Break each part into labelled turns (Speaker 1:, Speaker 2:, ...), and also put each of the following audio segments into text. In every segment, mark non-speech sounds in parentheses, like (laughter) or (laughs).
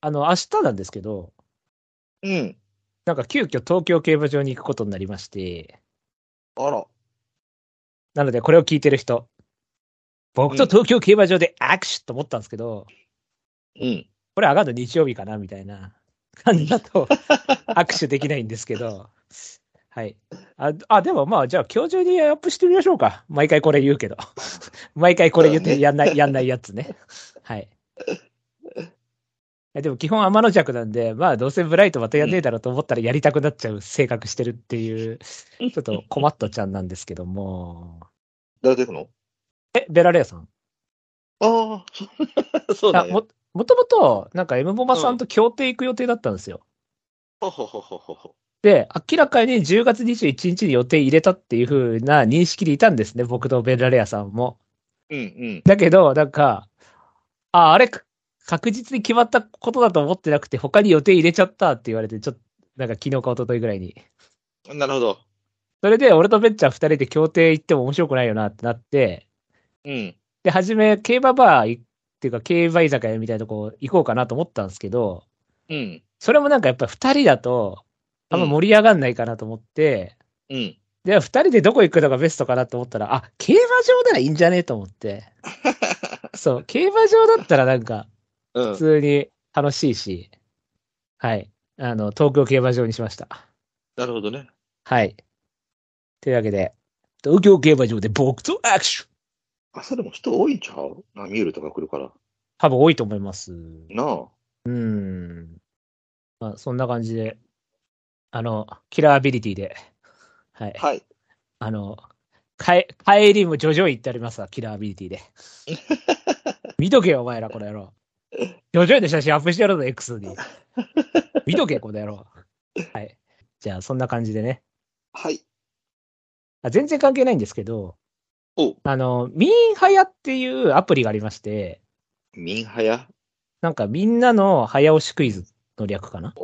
Speaker 1: あの、明日なんですけど、
Speaker 2: うん。
Speaker 1: なんか急遽東京競馬場に行くことになりまして、
Speaker 2: あら。
Speaker 1: なのでこれを聞いてる人、僕と
Speaker 2: うん
Speaker 1: 東京競馬場で握手と思ったんですけど、
Speaker 2: うん。
Speaker 1: これ上がるの日曜日かなみたいな感じだ
Speaker 2: (laughs)
Speaker 1: と握手できないんですけど、はい。あ、あでもまあ、じゃあ今日中にアップしてみましょうか。毎回これ言うけど。 (laughs) 毎回これ言ってやんない、やんないやつね。はい。えでも基本天の弱なんで、まあどうせブライトまたやんねえだろうと思ったらやりたくなっちゃう性格してるっていう、ちょっと困ったちゃんなんですけども。
Speaker 2: 誰と行くの
Speaker 1: え、ベラレアさん
Speaker 2: (laughs) ああ、 (laughs) そうだ
Speaker 1: あ
Speaker 2: ね。
Speaker 1: ももともと、なんかエムボマさんと協定行く予定だったんですよ。
Speaker 2: ほほほほほほ。
Speaker 1: で、明らかに10月21日に予定入れたっていう風な認識でいたんですね、僕とベラレアさんも。
Speaker 2: うんうん。
Speaker 1: だけど、なんか、あ、あれ、か確実に決まったことだと思ってなくて、他に予定入れちゃったって言われて、ちょっと、なんか昨日か一昨日ぐらいに。
Speaker 2: なるほど。
Speaker 1: それで、俺とベッチャー2人で協定行っても面白くないよなってなって、
Speaker 2: うん。
Speaker 1: で、初め、競馬バーいっていうか、競馬居酒屋みたいなとこ行こうかなと思ったんですけど、
Speaker 2: うん。
Speaker 1: それもなんかやっぱ2人だと、あんま盛り上がんないかなと思って、
Speaker 2: うん。
Speaker 1: で、二人でどこ行くのがベストかなと思ったら、あ、競馬場ならいいんじゃねえと思って。そう、競馬場だったらなんか、
Speaker 2: う
Speaker 1: 普
Speaker 2: ん。
Speaker 1: 通に楽しいし、はい。あの、東京競馬場にしました。
Speaker 2: なるほどね。
Speaker 1: はい。というわけで、東京競馬場で僕と握手
Speaker 2: 朝でも人多いんちゃうな、ミュールとか来るから。
Speaker 1: 多分多いと思います。う
Speaker 2: なあ。
Speaker 1: ーん。まあ、そんな感じで、あの、キラーアビリティで、はい。
Speaker 2: はい。
Speaker 1: あの、かえ帰りもジョジョ行ってありますわ、キラーアビリティで。見とけよ、お前ら、この野郎。ジョジョイの写真アップしてやるぞ、X に。見とけ、この野郎。はい。じゃあ、そんな感じでね。
Speaker 2: はい。
Speaker 1: あ全然関係ないんですけど、
Speaker 2: おう
Speaker 1: あの、ミンハヤっていうアプリがありまして、
Speaker 2: ミンハヤ
Speaker 1: なんかみんなの早押しクイズの略かな。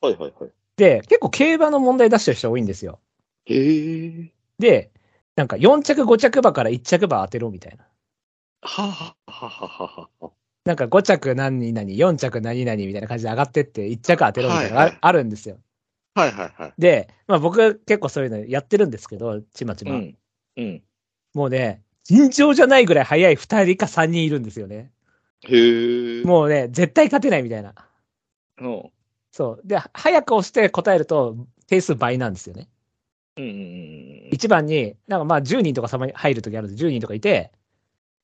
Speaker 2: はいはいはい。
Speaker 1: で、結構競馬の問題出してる人多いんですよ。
Speaker 2: へえ。
Speaker 1: で、なんか4着5着馬から1着馬当てろみたいな。
Speaker 2: はははははは。
Speaker 1: なんか5着何々、4着何々みたいな感じで上がってって、1着当てろみたいなのがあ
Speaker 2: はいはい
Speaker 1: あるんですよ。
Speaker 2: はいはいはい。
Speaker 1: で、まあ僕結構そういうのやってるんですけど、ちまちま。
Speaker 2: うん。うん。
Speaker 1: もうね、尋常じゃないぐらい早い2人か3人いるんですよね。
Speaker 2: へえ。
Speaker 1: もうね、絶対勝てないみたいな。
Speaker 2: う。うん。
Speaker 1: そう。で、早く押して答えると、定数倍なんですよね。
Speaker 2: うんうん
Speaker 1: 1番に、なんかまあ10人とか様に入るときあるんです。10人とかいて、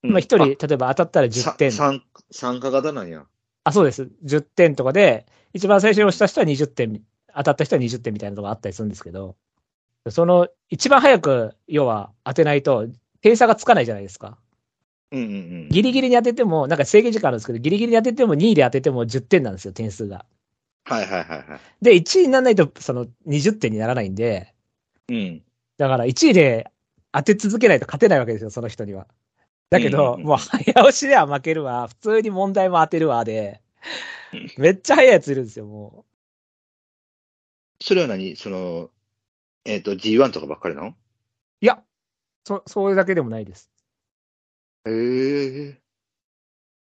Speaker 2: うん。
Speaker 1: まあ1人、例えば当たったら10点。
Speaker 2: 参参加型なんや。
Speaker 1: あ、そうです。10点とかで、一番最初に押した人は20点、当たった人は20点みたいなのがあったりするんですけど、その、一番早く、要は当てないと、点差がつかないじゃないですか。
Speaker 2: うんうんうん。
Speaker 1: ギリギリに当てても、なんか制限時間あるんですけど、ギリギリに当てても2位で当てても10点なんですよ、点数が。
Speaker 2: はいはいはいは
Speaker 1: で、1位にならないと、その20点にならないんで、
Speaker 2: い。うん。
Speaker 1: だから1位で当て続けないと勝てないわけですよ、その人には。だけ
Speaker 2: うんう
Speaker 1: ど、
Speaker 2: んうん
Speaker 1: もう早押しでは負けるわ、普通に問題も当てるわで
Speaker 2: うん、
Speaker 1: めっちゃ早いやついるんですよ、もう。
Speaker 2: それは何その、えっ、と、G1 とかばっかりなの
Speaker 1: いや、そ、それだけでもないです。
Speaker 2: へえ。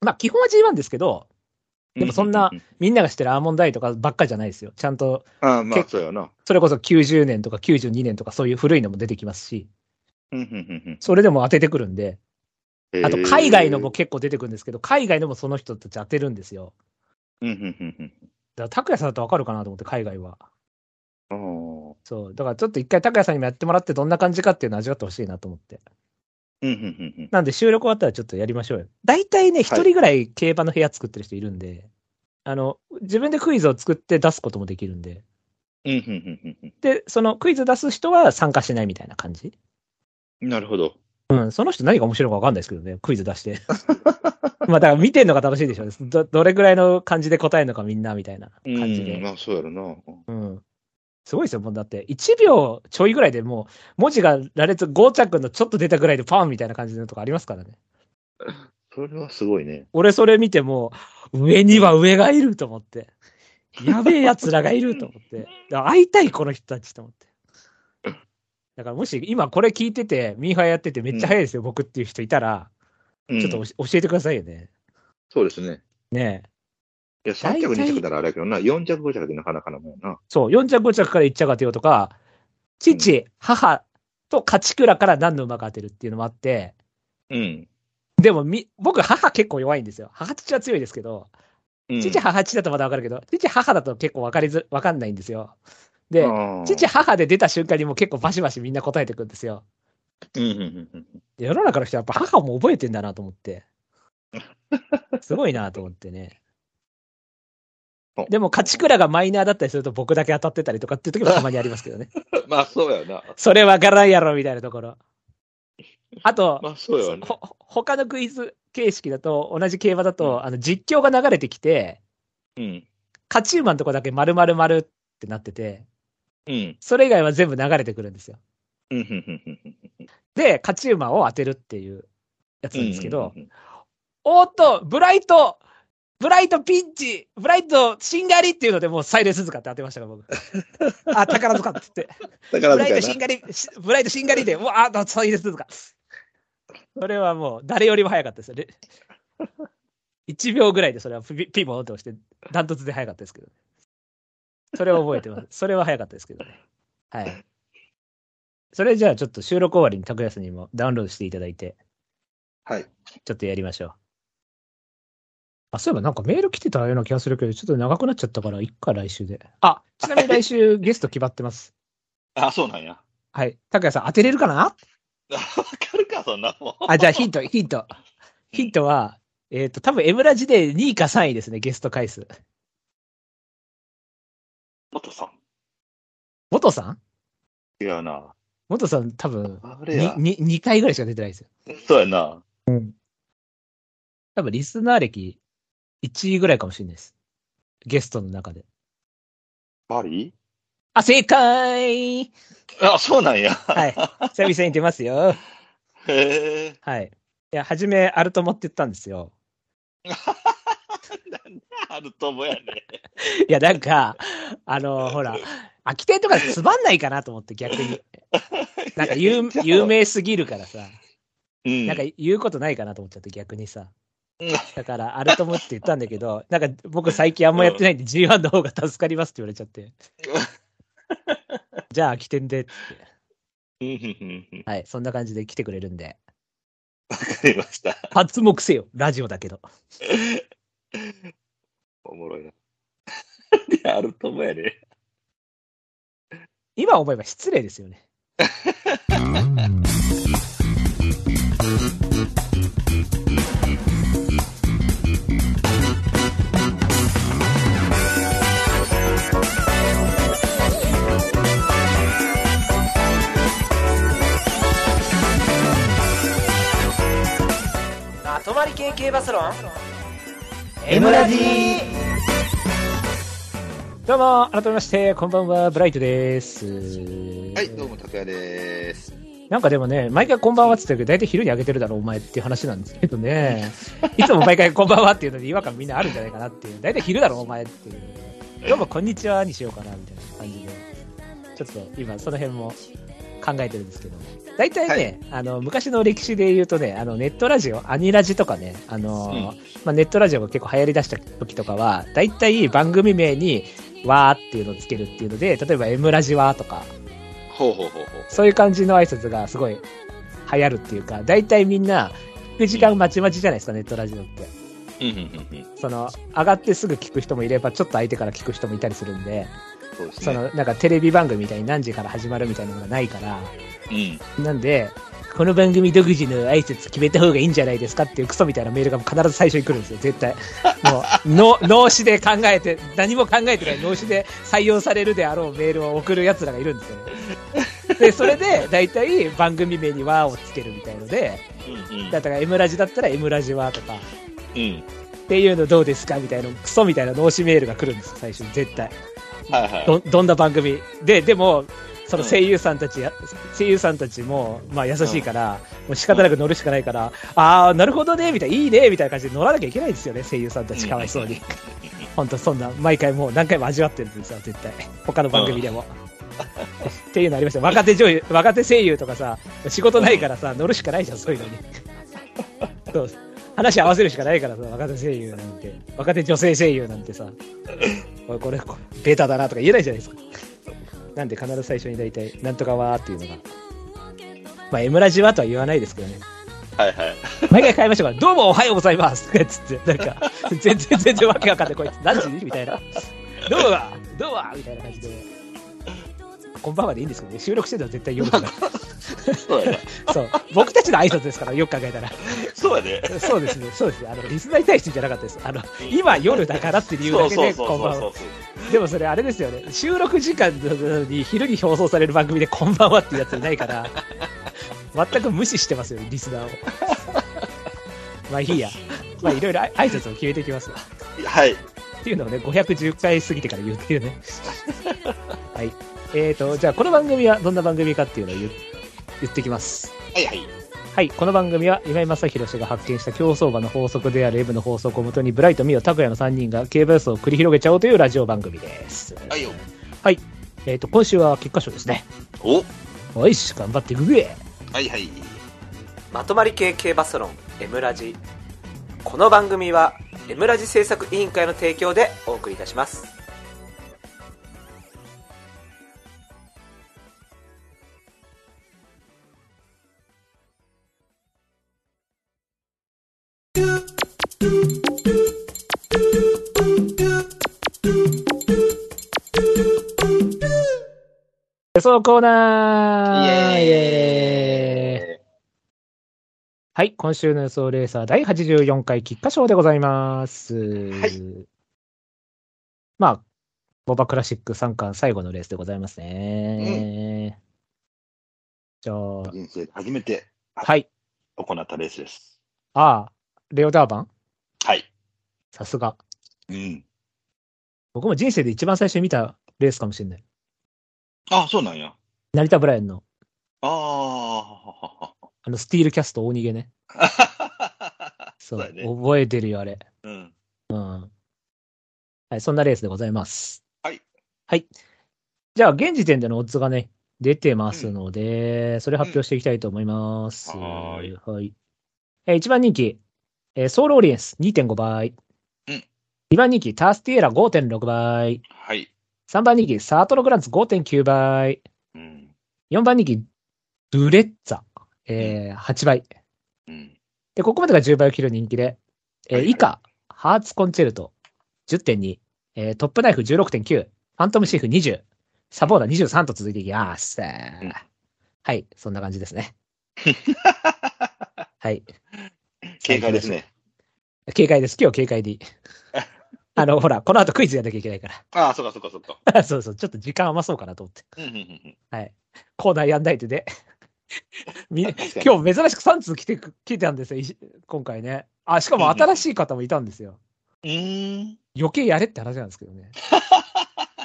Speaker 1: まあ、基本は G1 ですけど、でもそんな
Speaker 2: うう
Speaker 1: みんなが知ってるアーモンドアイとかばっかじゃないですよ。ちゃんと、
Speaker 2: うんうん。ああ、まあ、
Speaker 1: け
Speaker 2: そうやな。
Speaker 1: それこそ90年とか92年とかそういう古いのも出てきますし、
Speaker 2: うんうんうん
Speaker 1: それでも当ててくるんで、
Speaker 2: うん
Speaker 1: あと海外のも、結構出てくるんですけど、海外のもその人たち当てるんですよ。
Speaker 2: へえうんうんうん
Speaker 1: だから、拓也さんだとわかるかなと思って、海外は。
Speaker 2: うん。ああ。
Speaker 1: そう。だからちょっと一回拓也さんにもやってもらって、どんな感じかっていうのを味わってほしいなと思って。
Speaker 2: うんうんうんうん。
Speaker 1: なんで収録終わったらちょっとやりましょうよ。大体ね、一人ぐらい競馬の部屋作ってる人いるんで、あの、自分でクイズを作って出すこともできるんで、
Speaker 2: うんうんうんうん
Speaker 1: で、そのクイズ出す人は参加しないみたいな感じ。
Speaker 2: うん。なるほど。
Speaker 1: うん、その人何が面白いのか分かんないですけどね、クイズ出して。 (laughs) まあだから見てんのが楽しいでしょうね。どどれぐらいの感じで答えるのかみんなみたいな感じ
Speaker 2: うん
Speaker 1: で。
Speaker 2: まあ、そうやろな。
Speaker 1: うん。すごいですよ、もうだって1秒ちょいぐらいでもう文字が羅列5着のちょっと出たぐらいでパンみたいな感じのとかありますからね。
Speaker 2: それはすごいね。
Speaker 1: 俺それ見ても、上には上がいると思って。やべえ奴らがいると思って。だから会いたいこの人たちと思って。だからもし今これ聞いてて、ミーハーやっててめっちゃ早いですよ、僕っていう人いたら、
Speaker 2: うん
Speaker 1: ちょっとおし教えてくださいよね。
Speaker 2: そうですね。
Speaker 1: ねえ。
Speaker 2: いや、3着、
Speaker 1: 大体
Speaker 2: 2着ならあれやけどな、4着、5着でなかなかなもんやな。
Speaker 1: そう、4着5着から1着当てようとか、父、母と勝ち倉から何の馬か当てるっていうのもあって、
Speaker 2: うん。
Speaker 1: でもみ、僕、母結構弱いんですよ。母父は強いですけど、
Speaker 2: うん、
Speaker 1: 父、母、父だとまだわかるけど、父、母だと結構わかりず、わかんないんですよ。で、
Speaker 2: で
Speaker 1: 父、、母で出た瞬間にもう結構バシバシみんな答えてくんですよ。
Speaker 2: うんうんうんうん
Speaker 1: 世の中の人はやっぱ母も覚えてんだなと思
Speaker 2: (laughs)
Speaker 1: って。すごいなと思ってね
Speaker 2: お。
Speaker 1: でも、勝ち倉がマイナーだったりすると僕だけ当たってたりとかっていう時もたまにあります
Speaker 2: (laughs)
Speaker 1: けどね。
Speaker 2: うん。まあ、そうやな。
Speaker 1: それわからんやろみたいなところ。あと、
Speaker 2: まあ、そうやな。
Speaker 1: ほほ他のクイズ形式だと、同じ競馬だと、あの実況が流れてきて、
Speaker 2: うん。
Speaker 1: 勝ち馬のとこだけ丸々丸ってなってて、
Speaker 2: うん。
Speaker 1: それ以外は全部流れてくるんですよ。
Speaker 2: うんうんうんうんうん
Speaker 1: で、勝ち馬を当てるっていうやつなんですけど、
Speaker 2: うんうん
Speaker 1: おーっと、ブライト、ブライトピンチ、ブライトしんがりっていうので、もうサイレンスズカって当てましたから、僕。
Speaker 2: (laughs)
Speaker 1: あ、宝塚って言って。
Speaker 2: うんだか
Speaker 1: ブ
Speaker 2: ら
Speaker 1: ライ
Speaker 2: だ
Speaker 1: ト
Speaker 2: か
Speaker 1: し
Speaker 2: ら
Speaker 1: んがり、しブライトしんがりで、うわあ、サイレンスズカ。それはもう、誰よりも早かったですよね。1秒ぐらいでそれはピピンポンって押して、ダントツで早かったですけど。それは覚えて
Speaker 2: (laughs)
Speaker 1: ます。それは早かったですけどね。はい。それじゃあちょっと収録終わりに拓也さんにもダウンロードしていただいて。
Speaker 2: はい。
Speaker 1: ちょっとやりましょう。あ、そういえばなんかメール来てたような気がするけど、ちょっと長くなっちゃったから、いっか、来週で。あ、ちなみに来週ゲスト決まってます。
Speaker 2: あ、そうなんや。 (laughs)
Speaker 1: はい。拓也さん、当てれるかな
Speaker 2: わかるか、そんなもん。
Speaker 1: あ、じゃあヒント、ヒント。ヒントは、えっ、と、多分 M ラジで2位か3位ですね、ゲスト回数。
Speaker 2: 元さん。
Speaker 1: 元さん
Speaker 2: 違うな。
Speaker 1: 元さん、多分
Speaker 2: あれや。
Speaker 1: 2、2回ぐらいしか出てないですよ。
Speaker 2: そうやな。
Speaker 1: 多分リスナー歴1位ぐらいかもしれないです。ゲストの中で。
Speaker 2: バリ
Speaker 1: あ、正解
Speaker 2: あ、そうなんや。
Speaker 1: はい。久々に出ますよ。
Speaker 2: へえ。
Speaker 1: はい。いや、初め、アルトモって言ったんですよ。
Speaker 2: あるともやね。
Speaker 1: いや、なんか、あの、ほら、秋天とかつまんないかなと思って、逆に。なんか有、
Speaker 2: いや
Speaker 1: 有。名すぎるからさ、
Speaker 2: うん。
Speaker 1: なんか言うことないかなと思っちゃって、逆にさ
Speaker 2: うん。
Speaker 1: だから、アルトモって言ったんだけど、 (laughs) なんか、僕最近あんまやってないんで、G1 の方が助かりますって言われちゃっ
Speaker 2: (laughs)
Speaker 1: て。じゃあ、秋天でって。
Speaker 2: うんうんうんうん
Speaker 1: はい、そんな感じで来てくれるんで。
Speaker 2: わかりました。
Speaker 1: 発目せよ、ラジオだけど。
Speaker 2: おもろいな。いやあるともやね。
Speaker 1: 今思えば失礼ですよね。まとまり系系バスロン
Speaker 2: M ラジ
Speaker 1: どうも改めましてこんばんはブライトです
Speaker 2: はい、どうも、拓也です。
Speaker 1: なんかでもね、毎回こんばんはって言ってるけど、大体昼にあげてるだろ、お前っていう話なんですけど
Speaker 2: (laughs)
Speaker 1: ね、いつも毎回こんばんはっていうのに違和感みんなあるんじゃないかなっていう、大体昼だろ、お前っていう、どうもこんにちはにしようかなみたいな感じで、ちょっと今、その辺も考えてるんですけど、大体ね、あの昔の歴史で言うとね、あのネットラジオ、アニラジとかね、あの
Speaker 2: うん
Speaker 1: まあ、ネットラジオが結構流行りだした時とかは、大体番組名に、わーっていうのをつけるっていうので、例えば M ラジワーとか、
Speaker 2: ほうほうほうほう。
Speaker 1: そういう感じの挨拶がすごい流行るっていうか、大体みんな聞く時間まちまちじゃないですか、ネットラジオって。
Speaker 2: うんうんうんうん。
Speaker 1: その、上がってすぐ聞く人もいれば、ちょっと相手から聞く人もいたりするんで、
Speaker 2: そうです
Speaker 1: そ
Speaker 2: ね。
Speaker 1: の、なんかテレビ番組みたいに何時から始まるみたいなのがないから、
Speaker 2: うん。
Speaker 1: なんで、この番組独自の挨拶決めた方がいいんじゃないですかっていうクソみたいなメールが必ず最初に来るんですよ、絶対。もう、の脳死で考えて、何も考えてない脳死で採用されるであろうメールを送る奴らがいるんですよね。で、それで、大体番組名に和をつけるみたいので、
Speaker 2: うんうん。
Speaker 1: だから M ラジだったら M ラジはとか、
Speaker 2: うん。
Speaker 1: っていうのどうですかみたいな、クソみたいな脳死メールが来るんですよ、最初に絶対。
Speaker 2: はいはい。
Speaker 1: どどんな番組ででもその声優さんたちや、声優さんたちも、まあ、優しいから、もう仕方なく乗るしかないから、ああ、なるほどね、みたいな、いいね、みたいな感じで乗らなきゃいけないですよね、声優さんたち、かわいそうに。本当、そんな、毎回もう何回も味わってるんですよ、絶対。他の番組でも。っていうのありました若手女優、若手声優とかさ、仕事ないからさ、乗るしかないじゃん、そういうのに。そう話合わせるしかないからさ、若手声優なんて、若手女性声優なんてさ、おいこれ、これベタだなとか言えないじゃないですか。なんで必ず最初に大体、なんとかはーっていうのが。まあ、エムラジはとは言わないですけどね。
Speaker 2: はいはい。
Speaker 1: 毎回変えましたから、どうもおはようございますとかつって、なんか、全然全然わけわかんない、こいつ、何時みたいな。どうもだどうもみたいな感じで。こんばんはでいいんですけどね、収録してるのは絶対夜だか
Speaker 2: そうやね。
Speaker 1: ら。そう。僕たちの挨拶ですから、よく考えたら。
Speaker 2: そうやね。
Speaker 1: そうですね、そうですね。あの、リスナーに対してじゃなかったです。あの、今夜だからっていう理由
Speaker 2: そ
Speaker 1: だ
Speaker 2: う
Speaker 1: け
Speaker 2: そう
Speaker 1: で、
Speaker 2: そう
Speaker 1: こんばん
Speaker 2: そ
Speaker 1: は
Speaker 2: う。そう。
Speaker 1: でもそれ、あれですよね。収録時間なのに、昼に放送される番組で、こんばんはっていうやついないから、全く無視してますよね、リスナーを。まあいいや。まあいろいろあ挨拶を決めていきますよ。
Speaker 2: はい。
Speaker 1: っていうのをね、510回過ぎてから言うっていうね。はい。えーと、じゃあこの番組はどんな番組かっていうのを言言ってきます。
Speaker 2: はいはい。
Speaker 1: はい、この番組は今井正弘氏が発見した競走馬の法則である M の法則をもとにブライト、ミオ、タクヤの3人が競馬予想を繰り広げちゃおうというラジオ番組です。
Speaker 2: はいよ。
Speaker 1: えっ、と、今週は結果賞ですね。
Speaker 2: お
Speaker 1: おいし、頑張っていくぜ。
Speaker 2: はいはい。
Speaker 3: まとまり系系バスロン「エムラジ」この番組は「エムラジ」制作委員会の提供でお送りいたします
Speaker 1: 予想コーナー
Speaker 2: イエ
Speaker 1: イエーイはい、今週の予想レーサー第84回菊花賞でございます。
Speaker 2: はい
Speaker 1: まあ、ボバクラシック3冠最後のレースでございますね。じゃあ、
Speaker 2: 人生で初めて
Speaker 1: はい。
Speaker 2: 行ったレースです。
Speaker 1: ああ、レオダーバン
Speaker 2: はい。
Speaker 1: さすが。
Speaker 2: うん。
Speaker 1: 僕も人生で一番最初に見たレースかもしれない。
Speaker 2: あ、そうなんや。
Speaker 1: 成田ブライアンの、
Speaker 2: ああ。
Speaker 1: あの、スティールキャスト大逃げね。そう、
Speaker 2: そうだね
Speaker 1: 覚えてるよ、あれ。
Speaker 2: (laughs) うん。
Speaker 1: うん。はい、そんなレースでございます。
Speaker 2: はい。
Speaker 1: はい。じゃあ、現時点でのオッズがね、出てますので、それ発表していきたいと思います。
Speaker 2: うんはーい
Speaker 1: はい。えー、1番人気、えーソウルオリエンス2.5倍。
Speaker 2: うん。
Speaker 1: 2番人気、タースティエラ5.6倍。
Speaker 2: はい。
Speaker 1: 3番人気、サートログランツ5.9倍。
Speaker 2: うん。
Speaker 1: 4番人気、ドゥレッツァ、えー8倍。
Speaker 2: うん。
Speaker 1: で、ここまでが10倍を切る人気で、えー
Speaker 2: はいはい
Speaker 1: 以下、ハーツコンチェルト10.2、えートップナイフ16.9、ファントムシーフ20、サボーダ23と続いていきます。
Speaker 2: ん
Speaker 1: はい、そんな感じですね。 (laughs) はい。
Speaker 2: 警戒ですね。
Speaker 1: 警戒です。今日警戒
Speaker 2: (laughs)
Speaker 1: でいい。あの、ほら、この後クイズやんなきゃいけないか
Speaker 2: ああ、そっかそっかそっか。
Speaker 1: ら。 (laughs) そうそう、ちょっと時間余そうかなと思って。
Speaker 2: うんうんうんうん。
Speaker 1: コーナーやんないとね。 (laughs) み
Speaker 2: 確かに。
Speaker 1: 今日珍しく3通来てく、来てたんですよ、いし今回ね。あ、しかも新しい方もいたんですよ。
Speaker 2: うーん。
Speaker 1: 余計やれって話なんですけどね。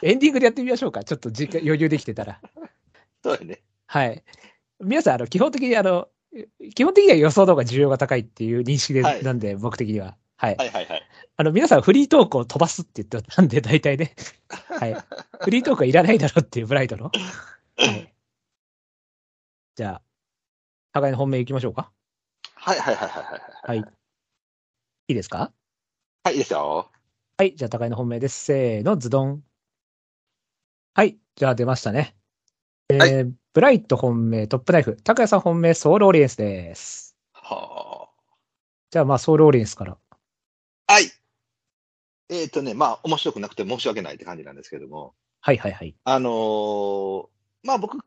Speaker 1: エンディングでやってみましょうか。ちょっと時間余裕できてたら。
Speaker 2: そうやね。
Speaker 1: はい。皆さん、あの、基本的に、あの、基本的には予想の方が需要が高いっていう認識で、
Speaker 2: はい
Speaker 1: なんで、僕的には。はい。
Speaker 2: はいはいはい。
Speaker 1: あの、皆さん、フリートークを飛ばすって言ってたんで、大体ね。はい。フリートークはいらないだろうっていう、ブライトの。はい。じゃあ、互いの本命行きましょうか。
Speaker 2: はいはいはいはいはい。
Speaker 1: はい。いいですか
Speaker 2: はい、いいですよ。
Speaker 1: はい、じゃあ、高いの本命です。せーの、ズドン。はい、じゃあ出ましたね。えー
Speaker 2: は
Speaker 1: ブライト本命、トップナイフ、高谷さん本命、ソウルオリエンスです。
Speaker 2: は
Speaker 1: じゃあ、まあ、ソウルオリエンスから。
Speaker 2: あ。はい。えっ、とね、まあ、面白くなくて申し訳ないって感じなんですけども、
Speaker 1: はいはいはい。
Speaker 2: あのーまあ僕、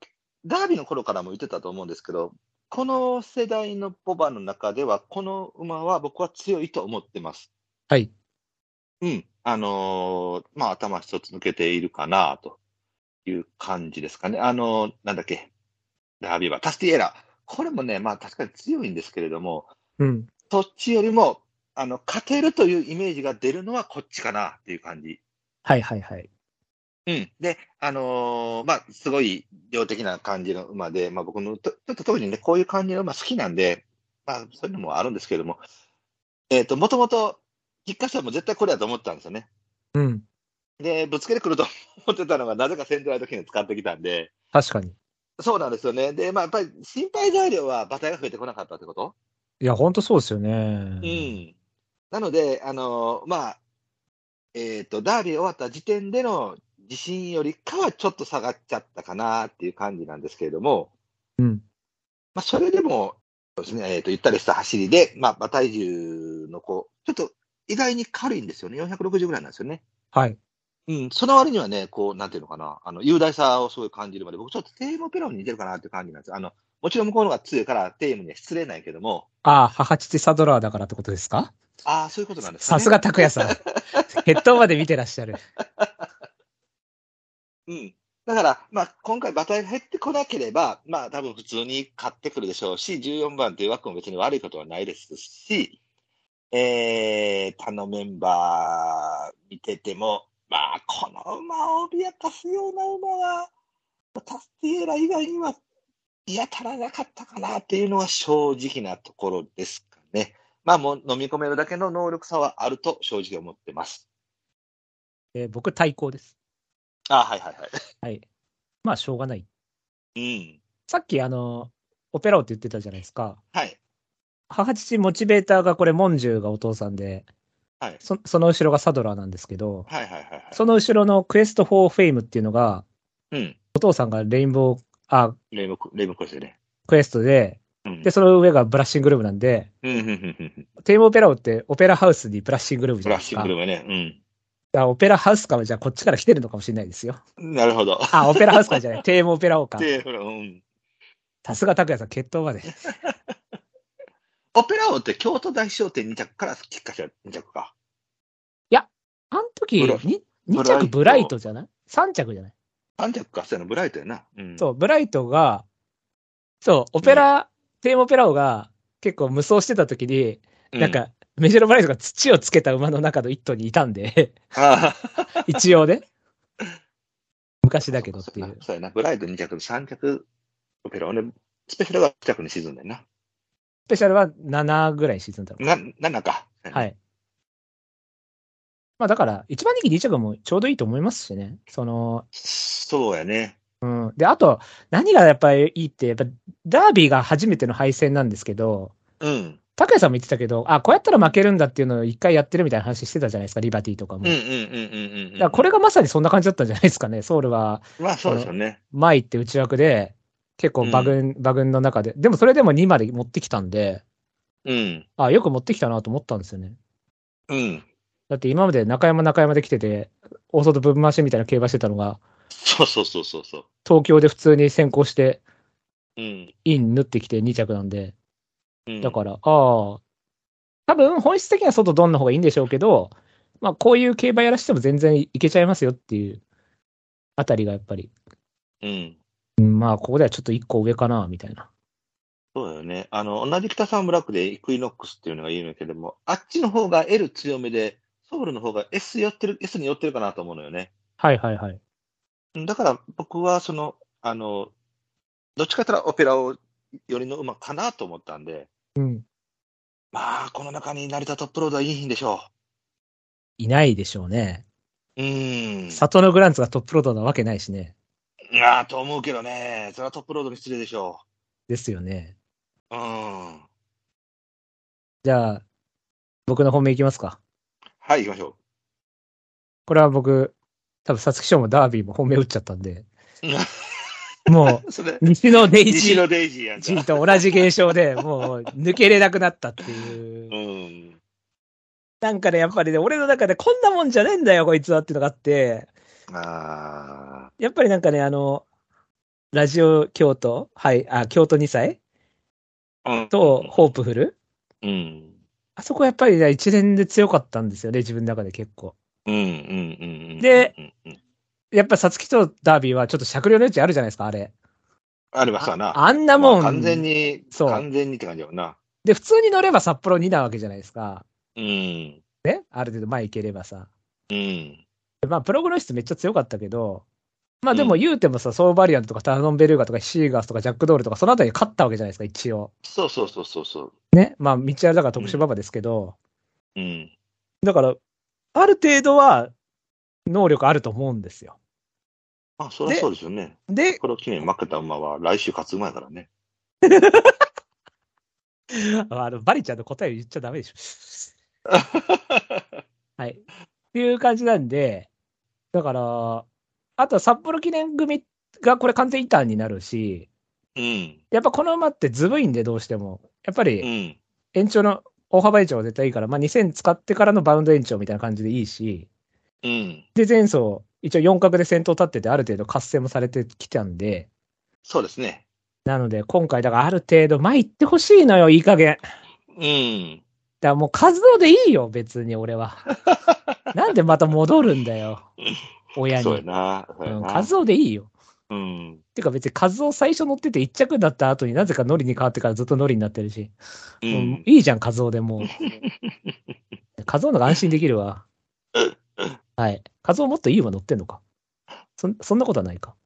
Speaker 2: ダービーの頃からも言ってたと思うんですけど、この世代のボバの中では、この馬は僕は強いと思ってます。
Speaker 1: はい。
Speaker 2: うん。あのーまあ、頭一つ抜けているかな、という感じですかね。あのーなんだっけ。ダービーはタスティエラ。これもね、まあ確かに強いんですけれども、
Speaker 1: うん。
Speaker 2: そっちよりも、あの、勝てるというイメージが出るのはこっちかなっていう感じ。
Speaker 1: はいはいはい。
Speaker 2: うん。で、あのーまあ、すごい量的な感じの馬で、まあ、僕のと、ちょっと特にね、こういう感じの馬好きなんで、まあ、そういうのもあるんですけれども、えっ、と、もともと、菊花賞も絶対これだと思ったんですよね。
Speaker 1: うん。
Speaker 2: で、ぶつけてくると思ってたのが、なぜか先頭の時に使ってきたんで、
Speaker 1: 確かに。
Speaker 2: そうなんですよね。で、まあ、やっぱり心配材料は馬体が増えてこなかったってこと
Speaker 1: いや、ほんとそうですよね。
Speaker 2: うん。なので、あのーまあ、えっ、と、ダービー終わった時点での自信よりかはちょっと下がっちゃったかなっていう感じなんですけれども、
Speaker 1: うん。
Speaker 2: まあ、それでも、そうですね、えっ、と、ゆったりした走りで、まあ、馬体重のこう、ちょっと意外に軽いんですよね。460ぐらいなんですよね。
Speaker 1: はい。
Speaker 2: うん、その割にはね、こう、なんていうのかな、あの、雄大さをすごい感じるまで、僕ちょっとテームペロンに似てるかなっていう感じなんですよ。あの、もちろん向こうの方が強いからテームには失礼ないけども、
Speaker 1: ああ、母父サドラーだからってことですか
Speaker 2: ああ、そういうことなんですか
Speaker 1: さ
Speaker 2: ね。
Speaker 1: すが拓也さん。 (laughs) ヘッドまで見てらっしゃる。
Speaker 2: うん。だから、まあ、今回馬体が減ってこなければ、まあ、多分普通に勝ってくるでしょうし、14番という枠も別に悪いことはないですし、えー、他のメンバー見てても、まあ、この馬を脅かすような馬は、タスティエーラ以外には、やたらなかったかなっていうのは正直なところですかね。まあ、もう飲み込めるだけの能力差はあると正直思ってます。
Speaker 1: えー僕、対抗です。
Speaker 2: あ、はいはいはい。
Speaker 1: はい。まあ、しょうがない。
Speaker 2: うん。
Speaker 1: さっき、あの、オペラをって言ってたじゃないですか。
Speaker 2: はい。
Speaker 1: 母父モチベーターがこれ、モンジュがお父さんで、
Speaker 2: はい。
Speaker 1: そその後ろがサドラーなんですけど、
Speaker 2: はいはいはいはい。
Speaker 1: その後ろのクエスト4フェイムっていうのが、
Speaker 2: うん。
Speaker 1: お父さんがレインボー、あ、
Speaker 2: レイブコ、レイブコですよね。
Speaker 1: クエストで、
Speaker 2: うん。
Speaker 1: で、その上がブラッシングルームなんで、
Speaker 2: うん、うん、うんうん、うん。
Speaker 1: テーマオペラオってオペラハウスにブラッシングルームじ
Speaker 2: プ
Speaker 1: ゃな
Speaker 2: ラ
Speaker 1: いで
Speaker 2: ッ
Speaker 1: す
Speaker 2: シ
Speaker 1: か。
Speaker 2: ングルームね。
Speaker 1: だからオペラハウスかはじゃあこっちから来てるのかもしれないですよ。
Speaker 2: うん。なるほど。
Speaker 1: あ、オペラハウスかじゃ
Speaker 2: (laughs)
Speaker 1: ない。テーマオペラオか。
Speaker 2: で、ほら、うん。
Speaker 1: さすが拓也さん、決闘まで。
Speaker 2: オペラ王って京都大商店2着からきっかけは2着か。
Speaker 1: あの時、
Speaker 2: ブラ
Speaker 1: に2
Speaker 2: ブライト
Speaker 1: 着ブライトじゃない ?3 着じゃない
Speaker 2: 3着か、そうやな、ブライトやな。うん。
Speaker 1: そう、ブライトが、そう、オペラ、テーマオペラオが結構無双してた時に、
Speaker 2: う
Speaker 1: なん、か、メジロブライトが土をつけた馬の中の1頭にいたん
Speaker 2: (laughs)
Speaker 1: で、
Speaker 2: ああ、
Speaker 1: 一応ね。昔だけどっていう
Speaker 2: そう (laughs) やな。そうやな、ブライト2着、3着、オペラ王ね、スペシャルが2着に沈んだよな。
Speaker 1: スペシャルは7ぐらい沈んだのか
Speaker 2: な、7か。。
Speaker 1: はいい。まあだから、1番人気2着もちょうどいいと思いますしね。その、
Speaker 2: そうやね。
Speaker 1: うん。で、あと、何がやっぱりいいって、やっぱ、ダービーが初めての敗戦なんですけど、
Speaker 2: うん。
Speaker 1: 拓也さんも言ってたけど、あ、こうやったら負けるんだっていうのを一回やってるみたいな話してたじゃないですか、リバティとかも。
Speaker 2: うん、うん、
Speaker 1: だ
Speaker 2: う
Speaker 1: か
Speaker 2: ん、うん、うん。
Speaker 1: らこれがまさにそんな感じだったんじゃないですかね。ソウルは
Speaker 2: まあ、そうですよね。
Speaker 1: 前行って内枠で、結構馬群、馬群の中で。でもそれでも2まで持ってきたんで、
Speaker 2: うん。
Speaker 1: あ、よく持ってきたなと思ったんですよね。
Speaker 2: うん。
Speaker 1: だって今まで中山中山で来てて、大外ぶん回しみたいな競馬してたのが、
Speaker 2: そうそうそうそうそう。
Speaker 1: 東京で普通に先行して、
Speaker 2: うん。
Speaker 1: イン縫ってきて2着なんで、
Speaker 2: うん
Speaker 1: だから、ああ、多分本質的には外ドンの方がいいんでしょうけど、まあこういう競馬やらしても全然いけちゃいますよっていうあたりがやっぱり、
Speaker 2: うん。
Speaker 1: うんまあここではちょっと1個上かな、みたいな。
Speaker 2: そうだよね。あの、同じ北三ブラックでイクイノックスっていうのがいいんだけども、あっちの方が L 強めで、ソウルの方が S 寄ってる、S に寄ってるかなと思うのよね。
Speaker 1: はいはいはい。
Speaker 2: うんだから僕はその、あの、どっちかというとオペラを寄りの馬かなと思ったんで、
Speaker 1: うん。
Speaker 2: まあ、この中に成田トップロードはいいんでしょ
Speaker 1: いないでしょうね。
Speaker 2: う。うーん。
Speaker 1: 里のグランツがトップロードなわけないしね。
Speaker 2: ああ、と思うけどね。それはトップロードに失礼でしょ
Speaker 1: ですよね。
Speaker 2: う。うん。
Speaker 1: じゃあ、僕の本命いきますか。
Speaker 2: はい、行きましょ
Speaker 1: これは僕、多分、皐月賞もダービーも本命打っちゃったん (laughs) で、
Speaker 2: う
Speaker 1: も。
Speaker 2: それ
Speaker 1: う、、西のデイジ
Speaker 2: 西
Speaker 1: ー
Speaker 2: のデイジーやんか。
Speaker 1: G と同じ現象で、もう、抜けれなくなったっていう
Speaker 2: う。ん。
Speaker 1: なんかね、やっぱりね、俺の中でこんなもんじゃねえんだよ、こいつはっていうのがあって、
Speaker 2: ああ。
Speaker 1: やっぱりなんかね、あの、ラジオ京都、はい、あ、京都2歳
Speaker 2: うん
Speaker 1: と、ホープフル。
Speaker 2: うん。
Speaker 1: あそこやっぱりね、一連で強かったんですよね、自分の中で結構。
Speaker 2: うんうんうんうん。
Speaker 1: で
Speaker 2: うんうん、
Speaker 1: やっぱ、皐月とダービーはちょっと酌量の余地あるじゃないですか、あれ。
Speaker 2: ありますわな。
Speaker 1: ああんなもん。
Speaker 2: 完全に、
Speaker 1: そう
Speaker 2: 完全にって感じやもんな。
Speaker 1: で、普通に乗れば札幌2なわけじゃないですか。
Speaker 2: うん。
Speaker 1: ね、ある程度前行ければさ。
Speaker 2: うん。
Speaker 1: でまあ、プログノシスめっちゃ強かったけど、まあでも
Speaker 2: うん
Speaker 1: 言うてもさ、ソーバリアンとかタノンベルーガとかシーガースとかジャックドールとかそのあたり勝ったわけじゃないですか、一応。
Speaker 2: そうそうそうそうそう。
Speaker 1: ね。まあ、道あれだから特殊馬場ですけど、
Speaker 2: うん。
Speaker 1: だから、ある程度は能力あると思うんですよ。
Speaker 2: まあ、そりゃ
Speaker 1: で
Speaker 2: そうですよね。
Speaker 1: で、
Speaker 2: この記念負けた馬は来週勝つ馬やからね。
Speaker 1: あの、バリちゃんの答えを言っちゃダメでしょ。はい。っていう感じなんで、だから、あとは札幌記念組がこれ完全イターンになるし、
Speaker 2: (laughs) うん。
Speaker 1: やっぱこの馬ってずぶいんでどうしても、やっぱ
Speaker 2: う
Speaker 1: り
Speaker 2: ん。
Speaker 1: 延長の大幅延長は絶対いいから、まあ2000使ってからのバウンド延長みたいな感じでいいし、
Speaker 2: うん。
Speaker 1: で前走、一応4角で先頭立っててある程度活性もされてきたんで、
Speaker 2: そうですね。
Speaker 1: なので今回だからある程度前行ってほしいのよ、いい加減。
Speaker 2: うん。
Speaker 1: だからもう活動でいいよ、別に俺
Speaker 2: (laughs)
Speaker 1: は。なんでまた戻るんだよ、親に。
Speaker 2: そうやな。そうや
Speaker 1: うん、
Speaker 2: な。
Speaker 1: カズオでいいよ。
Speaker 2: うん。
Speaker 1: てか別にカズオ最初乗ってて1着だった後になぜかノリに変わってからずっとノリになってるし。
Speaker 2: う。
Speaker 1: もうんいいじゃん、カズオで
Speaker 2: (laughs)
Speaker 1: もう。カズオの方が安心できるわ。はい。カズオもっといい馬乗ってんのか。そんそんなことはないか。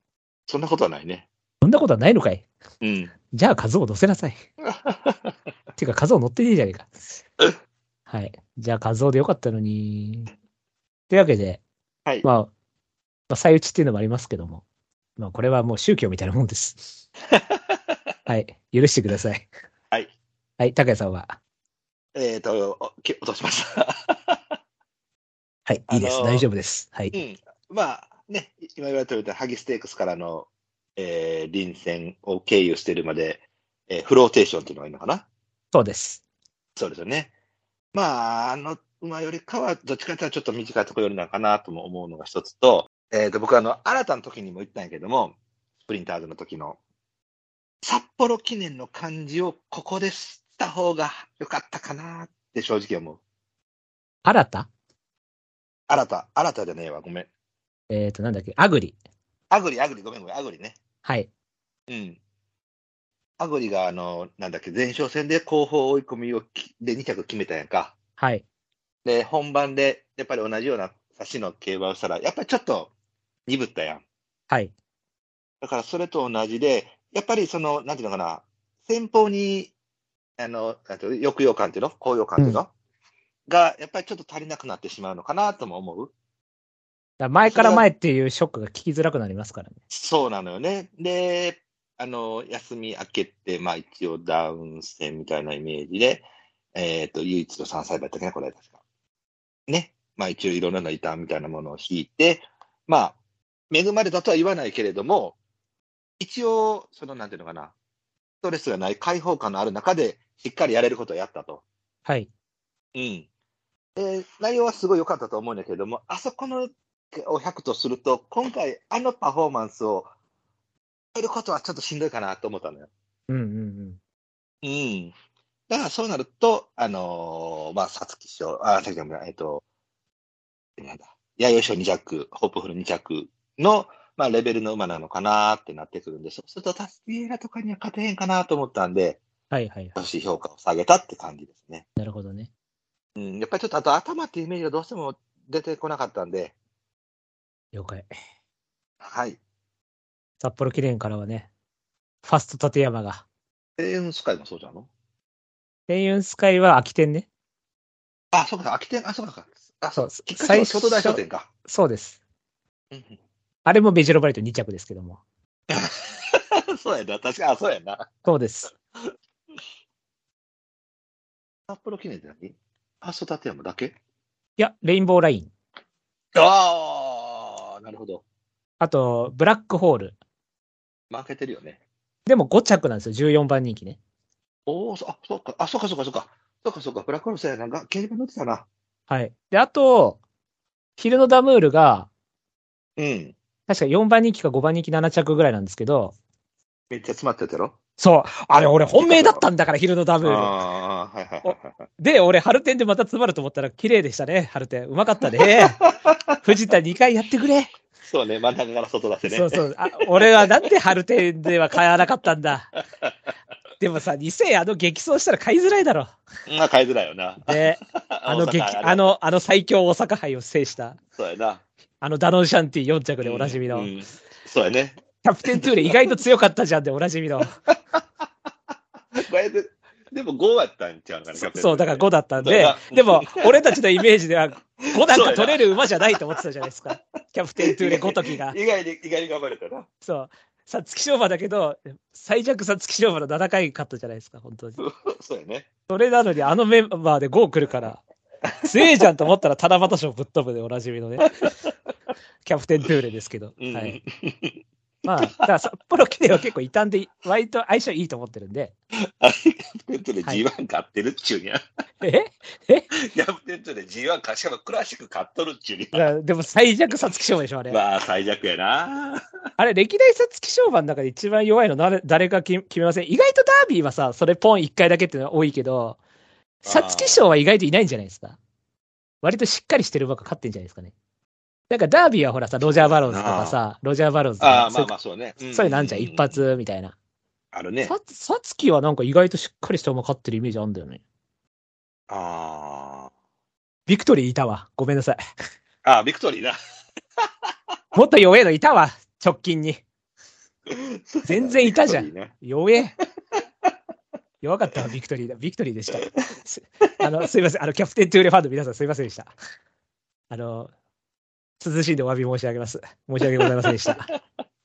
Speaker 2: そんなことはないね。
Speaker 1: そんなことはないのかい。
Speaker 2: うん。
Speaker 1: じゃあカズオ乗せなさ
Speaker 2: (laughs)
Speaker 1: い。てかカズオ乗ってねえじゃねえか。はい。じゃあカズオでよかったのに。というわけで、
Speaker 2: はい
Speaker 1: まあ、まあ、再打ちっていうのもありますけども、まあ、これはもう宗教みたいなもん
Speaker 2: (laughs)
Speaker 1: です。はい。許してください。
Speaker 2: はい。
Speaker 1: はい。高谷さんは。
Speaker 2: えっ、と、おき落としました。
Speaker 1: はい。
Speaker 2: あ
Speaker 1: いい
Speaker 2: のー
Speaker 1: です。大丈夫です。は
Speaker 2: う
Speaker 1: い。
Speaker 2: ん。まあ、ね、今言われておいたハギステークスからの、えー、臨戦を経由してるまで、えーフローテーションっていうのがいいのかな。
Speaker 1: そうです。
Speaker 2: そうですよね。まあ、あの馬よりかは、どっちかというとちょっと短いところよりなのかなとも思うのが一つと、えっ、と、僕はあの、新たな時にも言ったんやけども、スプリンターズの時の、札幌記念の感じをここで知った方が良かったかなって正直思う。
Speaker 1: 新た
Speaker 2: 新た、新たじゃねえわ、ごめん。
Speaker 1: えっ、と、なんだっけ。アグリ。
Speaker 2: アグリ、アグリ、ごめんごめん、アグリね。
Speaker 1: はい。
Speaker 2: うん。アグリが、あの、なんだっけ、前哨戦で後方追い込みをきで2着決めたやんか。
Speaker 1: はい。
Speaker 2: で、本番で、やっぱり同じような差しの競馬をしたら、やっぱりちょっと鈍ったやん。
Speaker 1: はい。
Speaker 2: だからそれと同じで、やっぱりその、なんていうのかな、先方に、あの、なんていうの抑揚感っていうの高揚感っていうの、が、やっぱりちょっと足りなくなってしまうのかなとも思
Speaker 1: だ
Speaker 2: う。
Speaker 1: から前から前っていうショックが聞きづらくなりますからね。
Speaker 2: そうなのよね。で、あの、休み明けて、まあ一応ダウン戦みたいなイメージで、えっ、と、唯一の3歳馬やったっけね、これ確か。ね。まあ一応いろんなリターンみたいなものを引いて、まあ、恵まれたとは言わないけれども、一応、その、なんていうのかな、ストレスがない開放感のある中で、しっかりやれることをやったと。
Speaker 1: はい。
Speaker 2: うん。で、内容はすごい良かったと思うんだけども、あそこのを100とすると、今回、あのパフォーマンスをやることはちょっとしんどいかなと思ったのよ。
Speaker 1: うんうんうん。
Speaker 2: うん。だからそうなると、あのーまあ、皐月賞、あ、皐月賞じゃないえっと、なんだ、弥生賞2着、ホープフル2着の、まあ、レベルの馬なのかなってなってくるんで、そうすると、タスティエラとかには勝てへんかなと思ったんで、
Speaker 1: はいはいはい。
Speaker 2: 少し評価を下げたって感じですね。
Speaker 1: なるほどね。
Speaker 2: うん、やっぱりちょっとあと頭っていうイメージがどうしても出てこなかったんで、
Speaker 1: 了解。
Speaker 2: はい。
Speaker 1: 札幌記念からはね、ファスト立山が。
Speaker 2: 永遠のスカイもそうじゃんの
Speaker 1: 天雲スカイは空き店ね。
Speaker 2: あ、そうか、秋天、あ、そうか、あ、そう、
Speaker 1: そう
Speaker 2: きっかけ
Speaker 1: 最
Speaker 2: は
Speaker 1: 初
Speaker 2: 京都大商店か。
Speaker 1: そうです。
Speaker 2: うんう
Speaker 1: あれもベジロバリと2着ですけども。
Speaker 2: ん (laughs) そうやな、確か、あ、そうやな。
Speaker 1: そうです。
Speaker 2: 札幌記念って何あ、そう、立山だけ
Speaker 1: いや、レインボーライン。
Speaker 2: ああ、なるほど。
Speaker 1: あと、ブラックホール。
Speaker 2: 負けてるよね。
Speaker 1: でも5着なんですよ。14番人気ね。
Speaker 2: おお、そあ、そうか、あ、そうか、そうか、そうか。そうか、そうか、ブラックホールさやな、が、競馬乗ってたな。
Speaker 1: はい。で、あと、昼のダムールが、
Speaker 2: うん。
Speaker 1: 確か4番人気か5番人気7着ぐらいなんですけど、
Speaker 2: めっちゃ詰まってたやろ
Speaker 1: そう。あれ、俺本命だったんだから、 (laughs) 昼のダムール。
Speaker 2: ああー、はいはいはいはいはい。
Speaker 1: で、俺、春天でまた詰まると思ったら、綺麗でしたね、春天。うまかった (laughs) ね。藤田2回やってくれ。
Speaker 2: そうね、真ん中から外出してね。
Speaker 1: そうそう。あ俺はなんで春天では買わなかったんだ。でもさ、2000あの激走したら買いづらいだろ。
Speaker 2: まあ、変えづらいよな。
Speaker 1: ね、あ
Speaker 2: あ
Speaker 1: の激、あ、の、あの最強大阪杯を制した、
Speaker 2: そうやな。
Speaker 1: あのダノンシャンティ4着でおなじみの、
Speaker 2: うんう
Speaker 1: キ
Speaker 2: んそうやね。
Speaker 1: ャプテントゥーレ意外と強かったじゃんでおなじみの、
Speaker 2: これで、でも5やったんちゃうかな、キャプテン
Speaker 1: そう、だから5だったん
Speaker 2: そう
Speaker 1: で
Speaker 2: だ、
Speaker 1: でも、俺たちのイメージで (laughs) は、5なんか取れる馬じゃないと思ってたじゃないですか。キャプテントゥーレごときが。
Speaker 2: 意外に、意外に頑張れたな。
Speaker 1: そう。さつき賞馬だけど、最弱さつき賞馬の7回勝ったじゃないですか、本当に。
Speaker 2: そうやね。
Speaker 1: それなのに、あのメンバーで5来るから、強えじゃんと思ったら、七夕賞ぶっ飛ぶでおなじみの (laughs) ね、キャプテントゥーレですけど。
Speaker 2: うん。
Speaker 1: はい、まあ、だから札幌記念は結構異端で、割と相性いいと思ってるんで、
Speaker 2: あれ、キャプテントで G1 勝ってるっちゅうに (laughs) ゃ。
Speaker 1: え (laughs)
Speaker 2: キャプテントで G1 勝ち、しかもクラシック勝っとるっちゅうに
Speaker 1: だからでも最弱さつき賞馬でしょ、あ
Speaker 2: ゃ。
Speaker 1: れ。
Speaker 2: まあ、最弱
Speaker 1: (laughs)
Speaker 2: やな。
Speaker 1: あれ、歴代さつき賞馬の中で一番弱いの誰誰か決決めません。意外とダービーはさ、それポン1回だけっていうのは多いけど、
Speaker 2: あー
Speaker 1: さつき賞は意外といないんじゃないですか。割としっかりしてる馬が勝ってんじゃないですかね。なんかダービーはほらさ、ロジャー・バロンズとかさ、ロジャー・バロンズと
Speaker 2: あ
Speaker 1: か
Speaker 2: あ、、ま
Speaker 1: そ
Speaker 2: あ
Speaker 1: う
Speaker 2: まあ、そうね。
Speaker 1: そういうなんじゃん、一。発みたいな。
Speaker 2: あるね。
Speaker 1: ささつきはなんか意外としっかりした馬勝ってるイメージあんだよね。
Speaker 2: あ
Speaker 1: ビクトリーいたわ。ごめんなさい。
Speaker 2: あ。ああ、ビクトリーな。
Speaker 1: もっと弱えのいたわ。直近
Speaker 2: (laughs)
Speaker 1: に。全然いたじゃん
Speaker 2: ビクトリーね。
Speaker 1: 弱え。 (laughs) 弱かったわ、ビクトリーだ。ビクトリーでした。 (laughs) すあのすいません、あのキャプテントゥーレファンの皆さん、すいませんでした。あの、涼しいんでお詫び申し上げます。申し訳ございませんでした。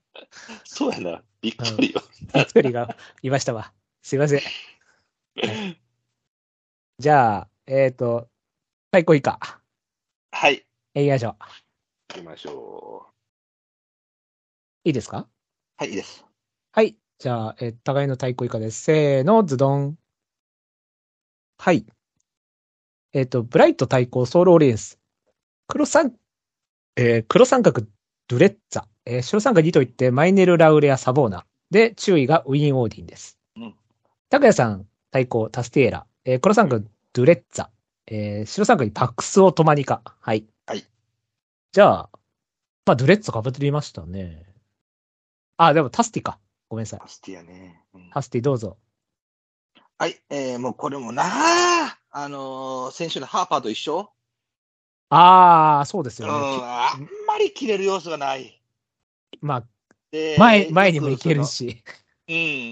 Speaker 1: (laughs)
Speaker 2: そうやな。ビクトリーは。
Speaker 1: ビクトリーがいましたわ。すいません。じゃあ、えっ、と、最高以下、
Speaker 2: はい。
Speaker 1: えいましょう。
Speaker 2: 行きましょ
Speaker 1: いいですか
Speaker 2: う。はい、いいです。
Speaker 1: はい。じゃあ、えー互いの太鼓以下です。せーの、ズドン。はい。えっ、と、ブライト対抗ソウルオリエンス。黒三、えー黒三角ドゥレッツァ。えー白三角2といって、マイネル・ラウレア・サボーナ。で、注意がウィン・オーディンです。
Speaker 2: うん
Speaker 1: 拓也さん対抗タスティエラ。えー黒三角ドゥレッツァ。えー白三角にパックス・オ・トマニカ。はい。
Speaker 2: はい。
Speaker 1: じゃあ、まあ、ドゥレッツァ被ってましたね。あ、でもタスティか。ごめんなさい。
Speaker 2: パスティやね。うん
Speaker 1: ハスティどうぞ。
Speaker 2: はい、えー、もうこれもなあ、あのー先週のハーパーと一緒、
Speaker 1: ああ、そうです
Speaker 2: うん、
Speaker 1: よね。
Speaker 2: あんまり切れる要素がない。
Speaker 1: まあ、
Speaker 2: で
Speaker 1: 前、前にも行ける。し。 (laughs)
Speaker 2: よくその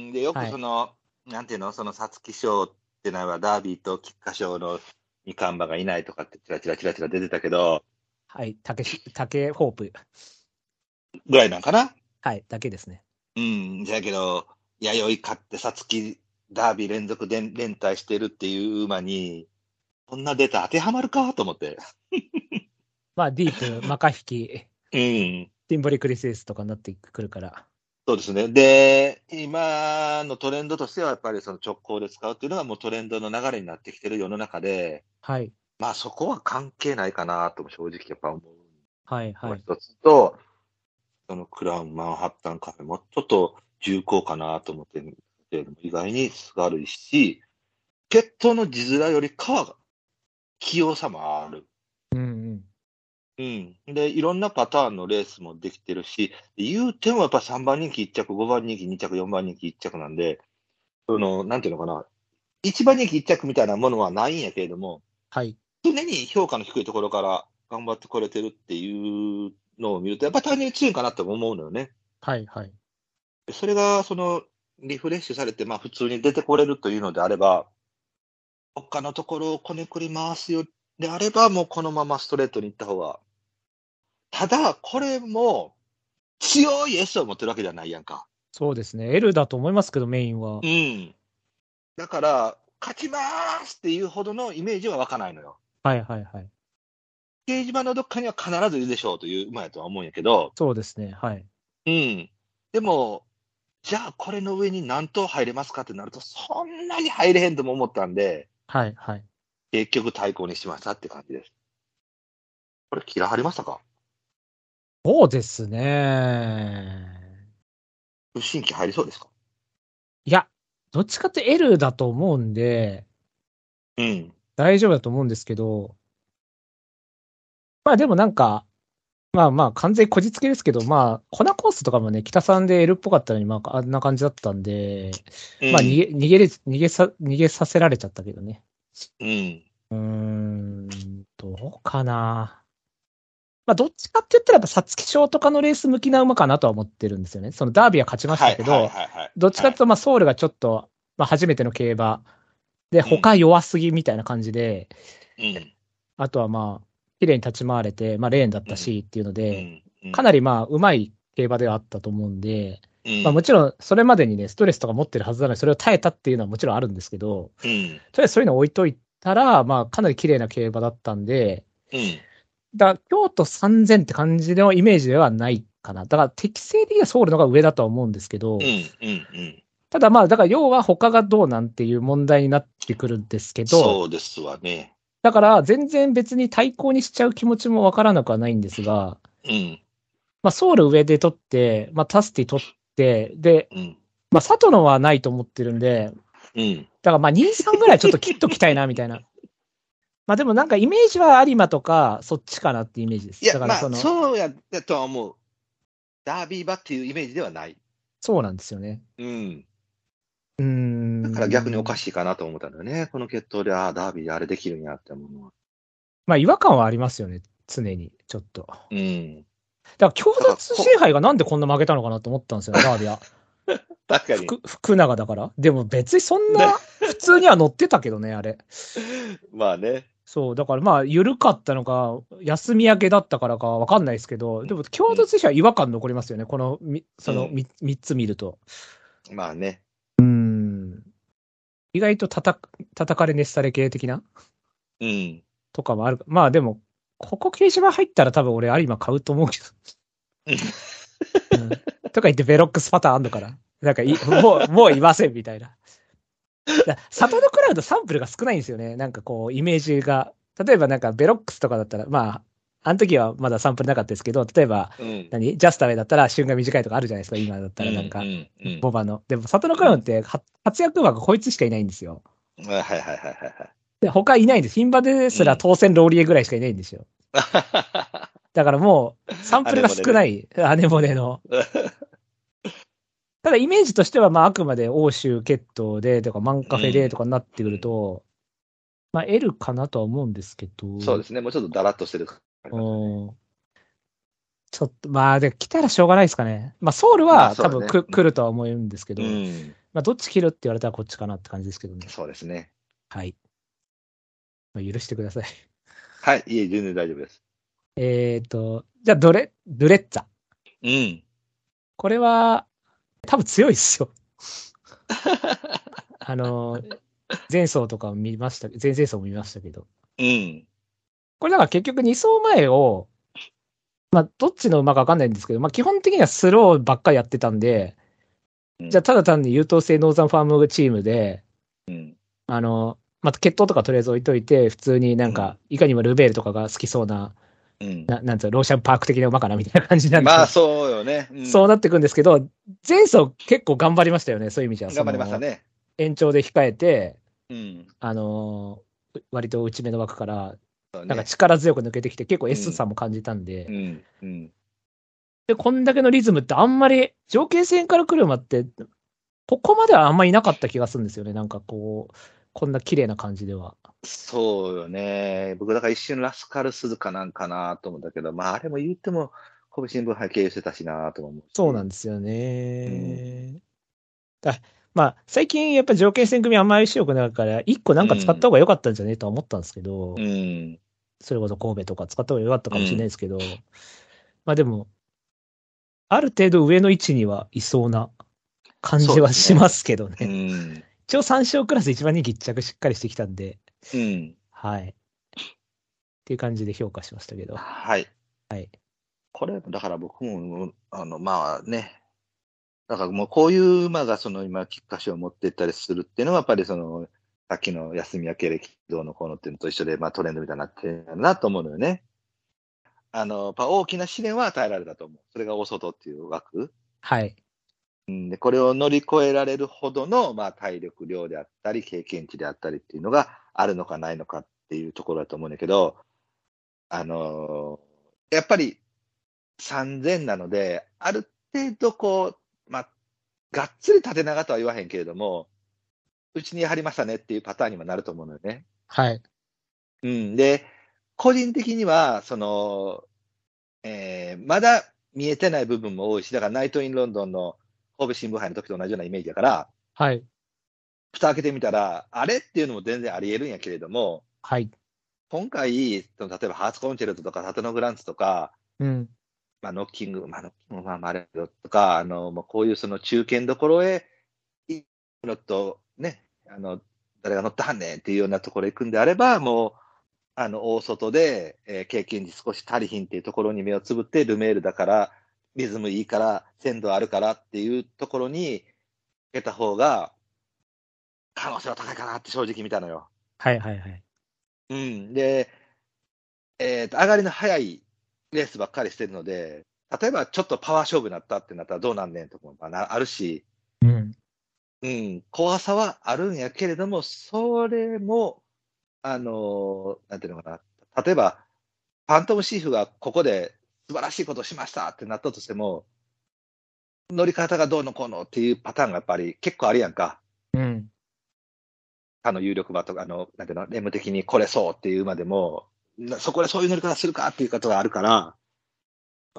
Speaker 2: うん、で、よくその、なんていうの、その皐月賞ってのは、ダービーと菊花賞の二冠馬がいないとかって、ちらちらちらちら出てたけど、
Speaker 1: はい、竹し、竹ホープ。
Speaker 2: ぐらいなんかな。
Speaker 1: はい、だけですね。
Speaker 2: うん、じゃけど、弥生勝って皐月、ダービー連続で連帯してるっていう馬に、こんなデータ当てはまるかと思って。
Speaker 1: まあ、ディープ、マカヒキ、
Speaker 2: うん。
Speaker 1: (laughs) ティンボリクリスエスとかになってくるから。
Speaker 2: そうですね。で、今のトレンドとしては、やっぱりその直行で使うっていうのがもうトレンドの流れになってきてる世の中で、
Speaker 1: はい、
Speaker 2: まあそこは関係ないかなとも正直やっぱ思う
Speaker 1: はい、は
Speaker 2: の
Speaker 1: い。
Speaker 2: 一つと、そのクラウンマンハッタンカフェもちょっと重厚かなと思ってるけれども、意外にすがるいし、血統の字面よりかは器用さもある。
Speaker 1: うんうん。
Speaker 2: うん。で、いろんなパターンのレースもできてるし、言うてもやっぱ3番人気1着、5番人気2着、4番人気1着なんで、その、なんていうのかな、1番人気1着みたいなものはないんやけれども、
Speaker 1: はい。
Speaker 2: 常に評価の低いところから頑張ってこれてるっていうのを見ると、やっぱ単純に強いかなって思うのよね。
Speaker 1: はい、はい。
Speaker 2: それが、その、リフレッシュされて、まあ普通に出てこれるというのであれば、他のところをこねくり回すようであれば、もうこのままストレートに行った方が。ただ、これも、強い S を持ってるわけじゃないやんか。
Speaker 1: そうですね。L だと思いますけど、メインは
Speaker 2: う。ん。だから、勝ちまーすっていうほどのイメージは湧かないのよ。
Speaker 1: はい、はい、はい。
Speaker 2: 掲示板のどっかには必ずいるでしょうという馬やとは思うんやけど、
Speaker 1: そうですね。はい。
Speaker 2: うん。でも、じゃあこれの上に何頭入れますかってなると、そんなに入れへんとも思ったんで、
Speaker 1: はい、はい。
Speaker 2: 結局対抗にしましたって感じです。これ、キラはりましたか
Speaker 1: そうですね。
Speaker 2: 新規入りそうですか
Speaker 1: いや、どっちかって L だと思うんで、
Speaker 2: うん。
Speaker 1: 大丈夫だと思うんですけど、まあでもなんか、まあまあ完全にこじつけですけど、まあ、粉コースとかもね、北さんで L っぽかったのに、まああんな感じだったんで、まあ逃げ、逃げれ、逃げさ、逃げさせられちゃったけどね。
Speaker 2: うん。
Speaker 1: うーん、どうかな。まあどっちかって言ったらやっぱ皐月賞とかのレース向きな馬かなとは思ってるんですよね。そのダービーは勝ちましたけど、
Speaker 2: はいはいはいはい、
Speaker 1: どっちかっていうと、まあ、ソウルがちょっと、まあ、初めての競馬で、他弱すぎみたいな感じで、
Speaker 2: うん
Speaker 1: あとはまあ、綺麗に立ち回れて、まあ、レーンだったしっていうの
Speaker 2: う
Speaker 1: で、
Speaker 2: んうん
Speaker 1: かなりまあ、うまい競馬ではあったと思うんで、
Speaker 2: うん。
Speaker 1: まあもちろん、それまでにね、ストレスとか持ってるはずなのに、それを耐えたっていうのはもちろんあるんですけど、と
Speaker 2: うん。
Speaker 1: りあえずそういうの置いといたら、まあかなり綺麗な競馬だったんで、
Speaker 2: うん。
Speaker 1: だ京都3000って感じのイメージではないかな。だから適正的にはソウルの方が上だとは思うんですけど、
Speaker 2: うん。うん。うん。
Speaker 1: ただまあ、だから要は他がどうなんていう問題になってくるんですけど、
Speaker 2: そうですわね。
Speaker 1: だから全然別に対抗にしちゃう気持ちもわからなくはないんですが、
Speaker 2: うん。
Speaker 1: まあソウル上で取って、まあタスティ取って、で、
Speaker 2: うん。
Speaker 1: まあ佐藤のはないと思ってるんで、
Speaker 2: うん。
Speaker 1: だからまあ23ぐらいちょっと切っときたいなみたいな。まあでもなんかイメージは有馬とかそっちかなってイメージです。
Speaker 2: いや、
Speaker 1: だか
Speaker 2: ま
Speaker 1: ら
Speaker 2: あ、
Speaker 1: その、
Speaker 2: そうやだとは思う。ダービー場っていうイメージではない。
Speaker 1: そうなんですよね。
Speaker 2: うん。
Speaker 1: うーん。
Speaker 2: だから逆におか
Speaker 1: い。
Speaker 2: しいかなと思ったんだよね。この決闘で、ああ、ダービーであれできるんやって思うのは。
Speaker 1: まあ違和感はありますよね。常に、ちょっと。
Speaker 2: うん。
Speaker 1: だから、強奪支配がなんでこんな負けたのかなと思ったんですよ、ダービーは。
Speaker 2: 確かに。
Speaker 1: 福福永だから。でも別にそんな、普通には乗ってたけどね、あれ。
Speaker 2: まあね。
Speaker 1: そう、だからまあ、緩かったのか、休み明けだったからかわかんないですけど、でも強奪支配は違和感残りますよね、このみ、そのみ3つ見ると。
Speaker 2: まあね。
Speaker 1: うん。意外と叩く、叩かれ熱され系的な
Speaker 2: うん。
Speaker 1: とかもある。まあでも、ここ掲示板入ったら多分俺有馬買うと思うけど。うんとか言ってベロックスパターンあんのから。なんかい、もう、もういませんみたいな。だサタドクラウドサンプルが少ないんですよね。なんかこう、イメージが。例えばなんかベロックスとかだったら、まあ、あの時はまだサンプルなかったですけど、例えば、
Speaker 2: うん。
Speaker 1: 何ジャスタウェイだったら旬が短いとかあるじゃないですか、今だったらなんか
Speaker 2: う。ん。うん
Speaker 1: ボバの。でも、サタドクラウンっては活躍馬がこいつしかいないんですよ。
Speaker 2: うんはいはいはいはいはい
Speaker 1: で、他いないんです。牝馬ですら当選ローリエぐらいしかいないんですよ。
Speaker 2: は
Speaker 1: だからもう、サンプルが少ない、アネモネの。ただ、イメージとしては、まあ、あくまで欧州決闘で、とか、マンカフェでとかになってくると、まあ、L かなとは思うんですけど。
Speaker 2: い。そうですね。もうちょっとだらっとしてる。
Speaker 1: うんちょっと、まあ、で、来たらしょうがないですかね。まあ、ソウル
Speaker 2: ま
Speaker 1: は
Speaker 2: あそう
Speaker 1: 多
Speaker 2: だね
Speaker 1: 分く、来るとは思うんですけど、
Speaker 2: うん。
Speaker 1: まあ、どっち切るって言われたらこっちかなって感じですけどね。
Speaker 2: そうですね。
Speaker 1: はい。まあ、許してください。
Speaker 2: はい。いえ、全然大丈夫です。
Speaker 1: えっと、じゃあ、どれ、ドレッツァ。
Speaker 2: うん。
Speaker 1: これは、多分強いっ
Speaker 2: (laughs)
Speaker 1: すよ。あの、前走とかも見ました、前々走も見ましたけど。
Speaker 2: うん。
Speaker 1: これだから結局2走前を、まあ、どっちの馬か分かんないんですけど、まあ、基本的にはスローばっかりやってたんで、
Speaker 2: うん
Speaker 1: じゃあただ単に優等生ノーザンファームチームで、
Speaker 2: うん。
Speaker 1: あの、まあ、決闘とかとりあえず置いといて、普通になんか、いかにもルベールとかが好きそうな、
Speaker 2: うん。
Speaker 1: ななんつうの、ローシャンパーク的な馬かなみたいな感じなんで、
Speaker 2: まあ、そうよね。うん
Speaker 1: そうなってくんですけど、前走結構頑張りましたよね、そういう意味じゃ。
Speaker 2: 頑張りました
Speaker 1: その
Speaker 2: ね。
Speaker 1: 延長で控えて、
Speaker 2: うん。
Speaker 1: あのー割と内目の枠から、
Speaker 2: そう
Speaker 1: なんか
Speaker 2: ね。
Speaker 1: 力強く抜けてきて、結構
Speaker 2: ん
Speaker 1: S さも感じたんで、
Speaker 2: うん。うん。
Speaker 1: で、こんだけのリズムってあんまり、条件戦から来る馬って、ここまではあんまりいなかった気がするんですよね、なんかこう、こんな綺麗な感じでは。
Speaker 2: そうよね。僕、だから一瞬ラスカル鈴かなんかなと思ったけど、まあ、あれも言っても、神戸新聞杯経由してたしなとも思う。
Speaker 1: そうなん
Speaker 2: ん
Speaker 1: ですよね。だまあ、最近やっぱ条件戦組あんまり強くないから、一個なんか使った方が良かったんじゃねえとは思ったんですけど、
Speaker 2: うん。
Speaker 1: それこそ神戸とか使った方が良かったかもしれないですけど、まあでも、ある程度上の位置にはいそうな感じはしますけどね。
Speaker 2: うん。
Speaker 1: 一応3勝クラス一番人気一着しっかりしてきたんで、
Speaker 2: うん。
Speaker 1: はい。っていう感じで評価しましたけど。
Speaker 2: はい。
Speaker 1: はい。
Speaker 2: これ、だから僕も、あの、まあね、だからもうこういう馬がその今、菊花賞を持っていったりするっていうのは、やっぱりその、さっきの休み明け歴どうのこうのっていうのと一緒で、まあトレンドみたいになってるんだなと思うのよね。あの、やっぱ大きな試練は与えられたと思う。それが大外っていう枠。
Speaker 1: はい。
Speaker 2: うんで、これを乗り越えられるほどの、まあ体力量であったり、経験値であったりっていうのがあるのかないのかっていうところだと思うんだけど、あのーやっぱり3000なので、ある程度こう、まあ、がっつり縦長とは言わへんけれども、うちにやはりましたねっていうパターンにもなると思うのよね。
Speaker 1: はい。
Speaker 2: うん、で、個人的には、その、えーまだ見えてない部分も多いし、だからナイト・イン・ロンドンの神戸新聞杯の時と同じようなイメージだから、
Speaker 1: はい。
Speaker 2: 蓋開けてみたら、あれっていうのも全然あり得るんやけれども、
Speaker 1: はい。
Speaker 2: 今回、その例えばハーツ・コンチェルトとか、サテノ・グランツとか、
Speaker 1: うん。
Speaker 2: まあ、ノッキング、まあ、ノッキングもまあまああれだけどとか、あの、まあ、こういうその中堅どころへ行くのと、ね、あの、誰が乗ったはんねんっていうようなところへ行くんであれば、もう、あの、大外で、えー経験に少し足りひんっていうところに目をつぶって、ルメールだから、リズムいいから、鮮度あるからっていうところに、出た方が、可能性は高いかなって正直見たのよ。
Speaker 1: はいはいはい。
Speaker 2: うん、で、えーと、上がりの早いレースばっかりしてるので、例えばちょっとパワー勝負になったってなったらどうなんねんとかもなあるし、
Speaker 1: うん。
Speaker 2: うん、怖さはあるんやけれども、それも、あのーなんていうのかな、例えば、ファントムシーフがここで素晴らしいことをしましたってなったとしても、乗り方がどうのこうのっていうパターンがやっぱり結構あるやんか。
Speaker 1: うん。
Speaker 2: 他の有力馬とか、あの、なんていうの、レム的にこれそうっていう馬でも、なそこでそういう乗り方するかっていうことがあるから、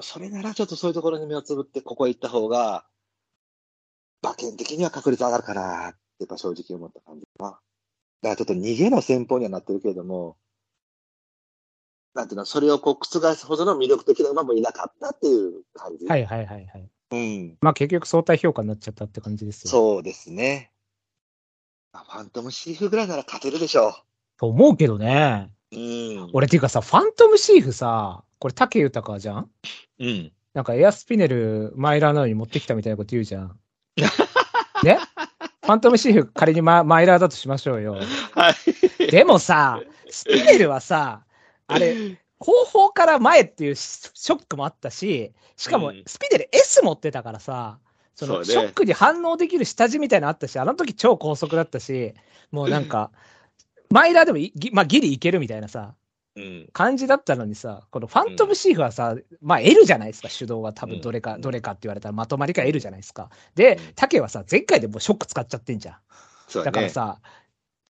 Speaker 2: それならちょっとそういうところに目をつぶって、ここへ行った方が、馬券的には確率上がるかなって、やっぱ正直思った感じかな。だからちょっと逃げの戦法にはなってるけれども、なんていうの、それをこう覆すほどの魅力的な馬もいなかったっていう感じ。
Speaker 1: はいはいはいはい。
Speaker 2: うん。
Speaker 1: まあ結局相対評価になっちゃったって感じですよ。う。
Speaker 2: そうですね。まあファントムシーフぐらいなら勝てるでしょ
Speaker 1: と思うけどね。
Speaker 2: う。うん。
Speaker 1: 俺っていうかさ、ファントムシーフさ、これ竹豊じゃん
Speaker 2: うん。
Speaker 1: なんかエアスピネルマイラーなのに持ってきたみたいなこと言うじゃ
Speaker 2: (laughs)
Speaker 1: ん。ねファントムシーフ仮にママイラーだとしましょうよ。
Speaker 2: はい。
Speaker 1: でもさ、スピネルはさ、あれ、後方から前っていうシショックもあったし、しかも
Speaker 2: うん
Speaker 1: スピネル S 持ってたからさ、その
Speaker 2: そう
Speaker 1: シ
Speaker 2: ね
Speaker 1: ョックに反応できる下地みたいなのあったし、あの時超高速だったし、もうなんか、マイラーでもいぎ、まあ、ギリいけるみたいなさ、
Speaker 2: うん。
Speaker 1: 感じだったのにさ、このファントムシーフはさ、まあ L じゃないですか、手動は多
Speaker 2: う
Speaker 1: 分
Speaker 2: ん
Speaker 1: どれか、
Speaker 2: うん
Speaker 1: どれかって言われたらまとまりか L じゃないですか。で
Speaker 2: うん、
Speaker 1: タケはさ、前回でもうショック使っちゃってんじゃん。
Speaker 2: そう
Speaker 1: だ
Speaker 2: だ
Speaker 1: から
Speaker 2: ね。
Speaker 1: さ、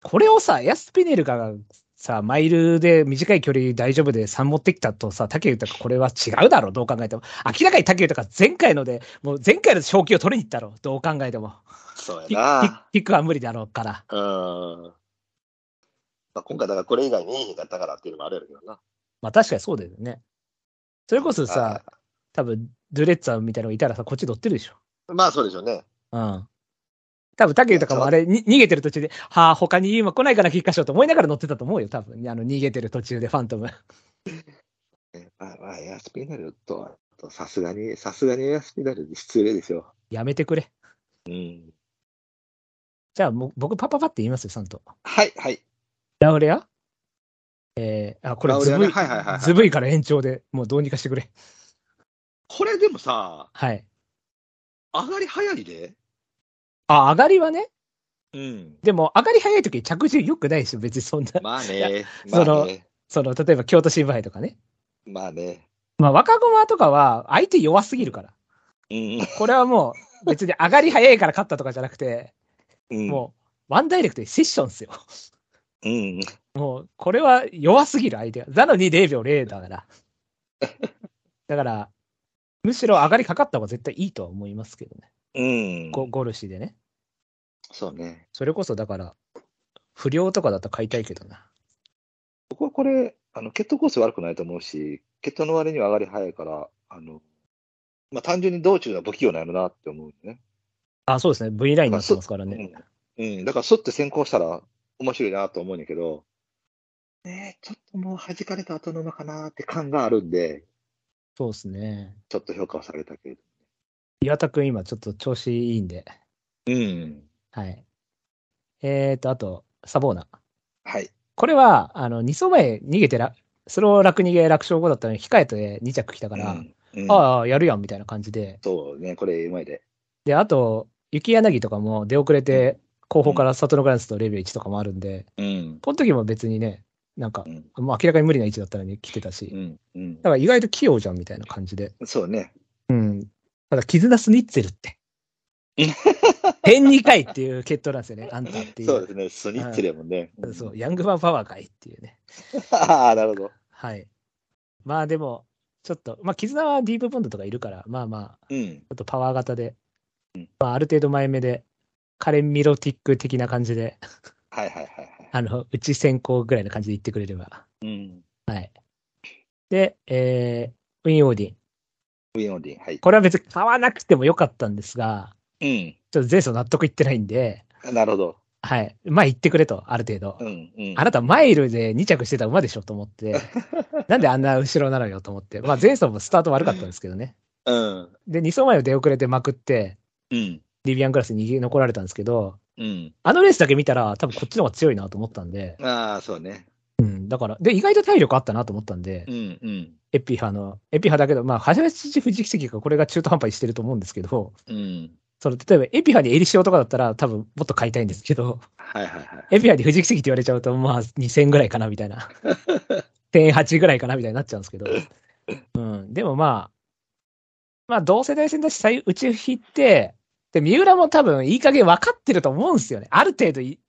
Speaker 1: これをさ、エアスピネルがさ、マイルで短い距離大丈夫で3持ってきたとさ、竹豊これは違うだろう、どう考えても。明らかに竹豊前回ので、もう前回の賞金を取りに行ったろう、どう考えても。
Speaker 2: そう
Speaker 1: キ
Speaker 2: や
Speaker 1: ッキッ
Speaker 2: な。
Speaker 1: キックは無理だろうから。
Speaker 2: うん。まあ、今回、だからこれ以外にいい日があったからっていうのもあるやろうけどな。
Speaker 1: まあ確かにそうだよね。それこそさ、多分ドゥレッツァーみたいなのがいたらさ、こっち乗ってるでしょ。
Speaker 2: まあ、そうでしょうね。
Speaker 1: うん。多分、竹豊もあれ、に逃げてる途中で、はあ、他にいい馬来ないかな、菊花賞と思いながら乗ってたと思うよ、多分。あの、逃げてる途中で、ファントム。 (laughs)
Speaker 2: えまあ、まあ、エアスピナルとは、あとさすがに、さすがにエアスピナルで失礼でしょ
Speaker 1: やめてくれ。
Speaker 2: う。うん。
Speaker 1: じゃあ、もう僕、パパパって言いますよ、ちゃんと。
Speaker 2: はい、はい。
Speaker 1: ラウレアえー、あ、これ
Speaker 2: ラウ
Speaker 1: ず
Speaker 2: レアね
Speaker 1: ぶい、
Speaker 2: はいはいはいはい
Speaker 1: ずぶいから延長でもうどうにかしてくれ。
Speaker 2: これでもさ、
Speaker 1: はい。
Speaker 2: 上がり早いで。
Speaker 1: あ、上がりはね、
Speaker 2: うん。
Speaker 1: でも上がり早い時着順良くないでしょ、別にそんな。 (laughs)
Speaker 2: まあね。
Speaker 1: い
Speaker 2: ま
Speaker 1: や
Speaker 2: あね。
Speaker 1: その、例えば京都新聞杯とかね。
Speaker 2: まあね。
Speaker 1: まあ、若駒とかは相手弱すぎるから。
Speaker 2: うん
Speaker 1: これはもう、別に上がり早いから勝ったとかじゃなくて、
Speaker 2: うん。
Speaker 1: もう、ワンダイレクトにセッションっすよ。
Speaker 2: うん。うん。
Speaker 1: もう、これは弱すぎる相手が。なのに0秒0だから。だから、むしろ上がりかかった方が絶対いいとは思いますけどね。
Speaker 2: うん。
Speaker 1: ゴゴルシでね。
Speaker 2: そうね。
Speaker 1: それこそだから、不良とかだったら買いたいけどな。
Speaker 2: 僕はこれ、あの、血糖コース悪くないと思うし、血糖の割には上がり早いから、あの、まあ、単純に道中が不器用なのなって思うね。
Speaker 1: あ、そうですね。V ラインになってますから
Speaker 2: う
Speaker 1: ね
Speaker 2: ん。。うん。だから、そって先行したら面白いなと思うんやけど、ねえちょっともう弾かれた後の馬かなって感があるんで、
Speaker 1: そうですね。
Speaker 2: ちょっと評価を下げたけれど。
Speaker 1: 岩田くん今ちょっと調子いいんで。
Speaker 2: うん。
Speaker 1: はい。えーと、あと、サボーナ。
Speaker 2: はい。
Speaker 1: これは、あの、2走前逃げてら、それを楽逃げ楽勝後だったのに、控えて2着来たから、
Speaker 2: うんうん
Speaker 1: ああ、やるやんみたいな感じで。
Speaker 2: そうね、これ、うまいで。
Speaker 1: で、あと、雪柳とかも出遅れて、後方からサトノグランスとレビュー1とかもあるんで、
Speaker 2: うん。
Speaker 1: この時も別にね、なんか
Speaker 2: う、ん。
Speaker 1: もう明らかに無理な位置だったのに来てたし、
Speaker 2: うん。うん
Speaker 1: だから意外と器用じゃんみたいな感じで。
Speaker 2: そうね。
Speaker 1: うん。ただ、絆スニッツェル
Speaker 2: (laughs)
Speaker 1: って。変2回っていう決闘なんですよね、あんたっていう。
Speaker 2: そうですね、スニッチだもんね。
Speaker 1: そうヤングマンパワーかいっていうね。
Speaker 2: (laughs) ああ、なるほど。
Speaker 1: はい。まあでも、ちょっと、まあ、絆はディープボンドとかいるから、まあまあ、
Speaker 2: うん。
Speaker 1: ちょっとパワー型で、まあ、ある程度前目で、カレンミロティック的な感じで、
Speaker 2: はいはいはいはい。
Speaker 1: あの、内先行ぐらいの感じで言ってくれれば。
Speaker 2: うん。
Speaker 1: で、えー、ウィン・オーディン。
Speaker 2: ウィン・オディン、はい。
Speaker 1: これは別に買わなくてもよかったんですが、
Speaker 2: う
Speaker 1: ちょっと前走納得いってないんで、
Speaker 2: ん。なるほど。
Speaker 1: はい。まあ言ってくれと、ある程度。
Speaker 2: うん、うん。
Speaker 1: あなたマイルで2着してた馬でしょと思
Speaker 2: (laughs)
Speaker 1: って、なんであんな後ろなのよと思って。まあ前走もスタート悪かったんですけどね。
Speaker 2: うん、
Speaker 1: で、2走前を出遅れてまくって、
Speaker 2: うん、
Speaker 1: リビアンクラスに逃げ残られたんですけど、
Speaker 2: うん。
Speaker 1: あのレースだけ見たら多分こっちの方が強いなと思ったんで、
Speaker 2: ああ、そうね。
Speaker 1: うん、だから、で、意外と体力あったなと思ったんで、
Speaker 2: うん、うん、
Speaker 1: エピハの、エピハだけど、まあ、橋口藤木関がこれが中途半端にしてると思うんですけど、
Speaker 2: うん。
Speaker 1: その、例えばエピハにエリシオとかだったら多分もっと買いたいんですけど、
Speaker 2: はいはいはい。
Speaker 1: エピハに藤木関って言われちゃうと、まあ、2000ぐらいかなみたい
Speaker 2: (laughs)
Speaker 1: な。1008ぐらいかなみたいになっちゃうんですけど。うん。でもまあ、まあ、同世代戦だし、最内引って、で、三浦も多分いい加減分かってると思うんですよね。ある程度い、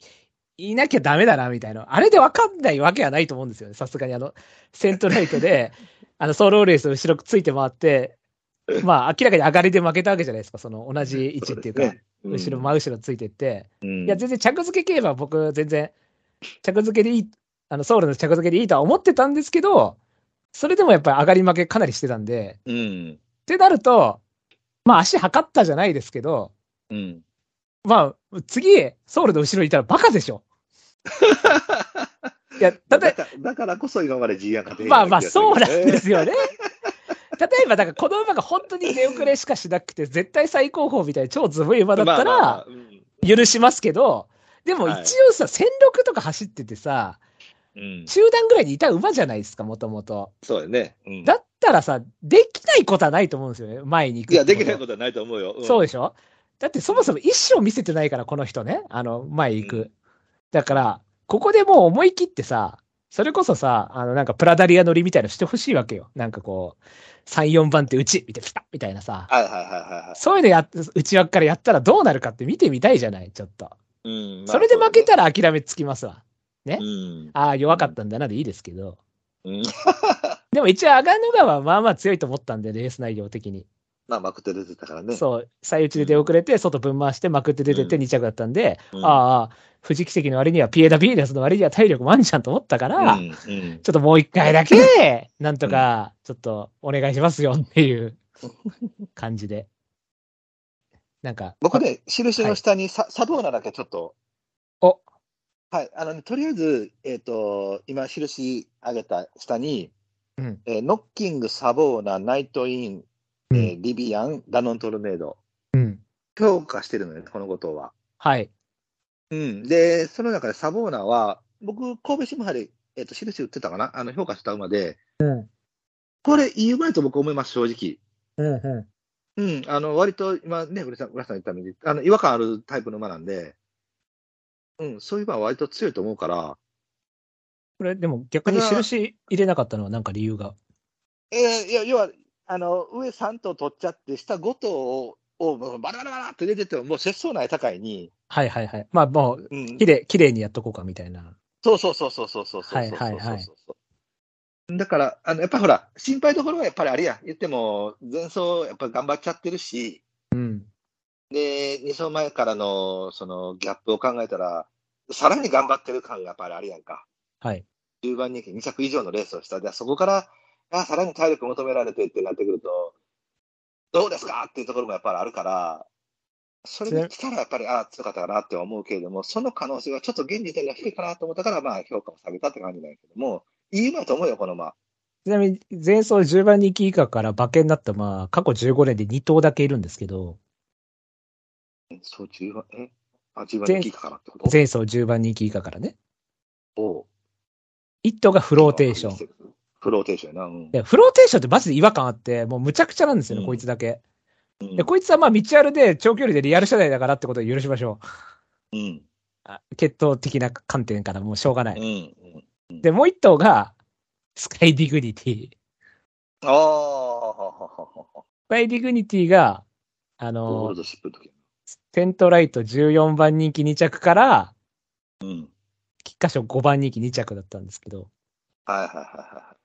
Speaker 1: いなきゃダメだな、みたいな。あれで分かんないわけはないと思うんですよね。さすがにあの、セントライト
Speaker 2: (laughs)
Speaker 1: で、あの、ソロレース後ろついて回って、まあ、明らかに上がりで負けたわけじゃないですか。その、同じ位置っていうか、
Speaker 2: そですね、
Speaker 1: 後ろ、真後ろついてって。
Speaker 2: うん
Speaker 1: いや、全然着付け競馬は僕、全然、着付けでいい、あの、ソウルの着付けでいいとは思ってたんですけど、それでもやっぱり上がり負けかなりしてたんで、
Speaker 2: うん、
Speaker 1: ってなると、まあ足測ったじゃないですけど、
Speaker 2: うん。
Speaker 1: まあ次、ソウルの後ろにいたらバカで
Speaker 2: (laughs)
Speaker 1: しょ。いや、たと
Speaker 2: だ
Speaker 1: え
Speaker 2: からだからこそ今まで G アンが。
Speaker 1: まあまあそうなんですすよ
Speaker 2: (laughs)
Speaker 1: ね。例えば、だからこの馬が本当に出遅れしかしなくて、絶対最高峰みたいな超ずぶい馬だった
Speaker 2: まあまあま
Speaker 1: ら、
Speaker 2: あうん
Speaker 1: 許しますけど、でも一応さ、1006とか走っててさ、
Speaker 2: うん、
Speaker 1: 中段ぐらいにいた馬じゃないですか、もともと。
Speaker 2: そうだね。うん
Speaker 1: だったらさ、できないことはないと思うんですよね、前に行く
Speaker 2: いや、できない
Speaker 1: こ
Speaker 2: ことはないと思うよ。
Speaker 1: と。そうで
Speaker 2: し
Speaker 1: しょだってそもそも意思を見せてないから、この人ね、あの、前行く。
Speaker 2: うん
Speaker 1: だから、ここでもう思い切ってさ、それこそさ、あの、なんかプラダリア乗りみたいなのしてほしいわけよ。なんかこう、3、4番手打ち、みたいな、ピタッみたいなさ。
Speaker 2: はいはいはいはいはい。
Speaker 1: そういうのやっ、内枠からやったらどうなるかって見てみたいじゃない、ちょっと。
Speaker 2: うんまあ
Speaker 1: それで負けたら諦めつきますわ。
Speaker 2: そうだね
Speaker 1: ああ、弱かったんだなでいいですけど。
Speaker 2: うん。うん
Speaker 1: でも一応、阿賀野川はまあまあ強いと思ったんで、レース内容的に。
Speaker 2: まあ、マクテ出てたからね。
Speaker 1: そう、最内で出遅れて、外ぶん回して、まくって出てって
Speaker 2: うん
Speaker 1: 2着だったんで、
Speaker 2: うん
Speaker 1: ああ、藤木石の割には、ピエダ・ビーナスの割には体力もあんじゃんと思ったから、
Speaker 2: うんう
Speaker 1: ち
Speaker 2: ん
Speaker 1: ょっともう一回だけ、なんとか、ちょっとお願いしますよっていう感じで。なんか、
Speaker 2: 僕ね、印の下にササドーナだけちょっと。
Speaker 1: お
Speaker 2: はい、あのね、とりあえず、えっ、と、今、印上げた下に、
Speaker 1: うん
Speaker 2: えーノッキング、サボーナ、ナイトイン、えーリビアン、ダノントルネード。
Speaker 1: うん、
Speaker 2: 強化してるのね、このことは。
Speaker 1: はい。
Speaker 2: うん、で、その中でサボーナは、僕、神戸新聞杯で、えっと印売ってたかな、あの評価した馬で、
Speaker 1: うん
Speaker 2: これ、いい馬やと僕思います、正直。
Speaker 1: うんう
Speaker 2: うん、あの割と今ね、浦さん浦さん言ったみたいにあの違和感あるタイプの馬なんで、うん、そういう馬は割と強いと思うから、
Speaker 1: これ、でも逆に印入れなかったのはなんか理由が。
Speaker 2: えーいや要はあの上3頭取っちゃって、下5頭ををもうバラバラバラって入れてても、もう節操ない高いに、
Speaker 1: はいはいはい。まあもう、
Speaker 2: うん
Speaker 1: き、れい、きれいにやっとこうかみたいな。
Speaker 2: そうそうそうそうそうそうそうそうそう。
Speaker 1: はいはいはい
Speaker 2: だから、あのやっぱほら、心配どころはやっぱりあれや、言っても、前走、やっぱ頑張っちゃってるし、
Speaker 1: うん。
Speaker 2: で、2走前からのそのギャップを考えたら、さらに頑張ってる感がやっぱりあれやんか、
Speaker 1: はい。
Speaker 2: 10番人気2着以上のレースをした、でそこからあさらに体力求められてってなってくると、どうですかっていうところもやっぱりあるから、それに来たらやっぱり、ああ、強かったかなって思うけれども、その可能性はちょっと現時点では低いかなと思ったから、まあ、評価を下げたって感じなんやけども、いい馬だと思うよ、この馬。
Speaker 1: ちなみに、前走10番人気以下から馬券になった、まあ、過去15年で2頭だけいるんですけど、
Speaker 2: そう、10番、えあ、10番人気以下からってこと
Speaker 1: 前走10番人気以下からね、
Speaker 2: おう
Speaker 1: 1頭がフローテーション。。
Speaker 2: フローテーションやな。うん
Speaker 1: で、フローテーションってマジで違和感あって、もうむちゃくちゃなんですよね、
Speaker 2: うん
Speaker 1: こいつだけ。
Speaker 2: うん
Speaker 1: で、こいつはまあ、道あるで長距離でリアル車内だからってことで許しましょう。
Speaker 2: うん。
Speaker 1: あ血統的な観点からもうしょうがな
Speaker 2: う
Speaker 1: い。
Speaker 2: ん。うん
Speaker 1: で、もう1頭が、スカイディグニティ。
Speaker 2: ああ、はははは
Speaker 1: スカイディグニティが、あ
Speaker 2: ゴー
Speaker 1: の
Speaker 2: ル、ドシップの時。
Speaker 1: テントライト14番人気2着から、
Speaker 2: うん。
Speaker 1: 菊花賞5番人気2着だったんですけど、
Speaker 2: はいはいはいは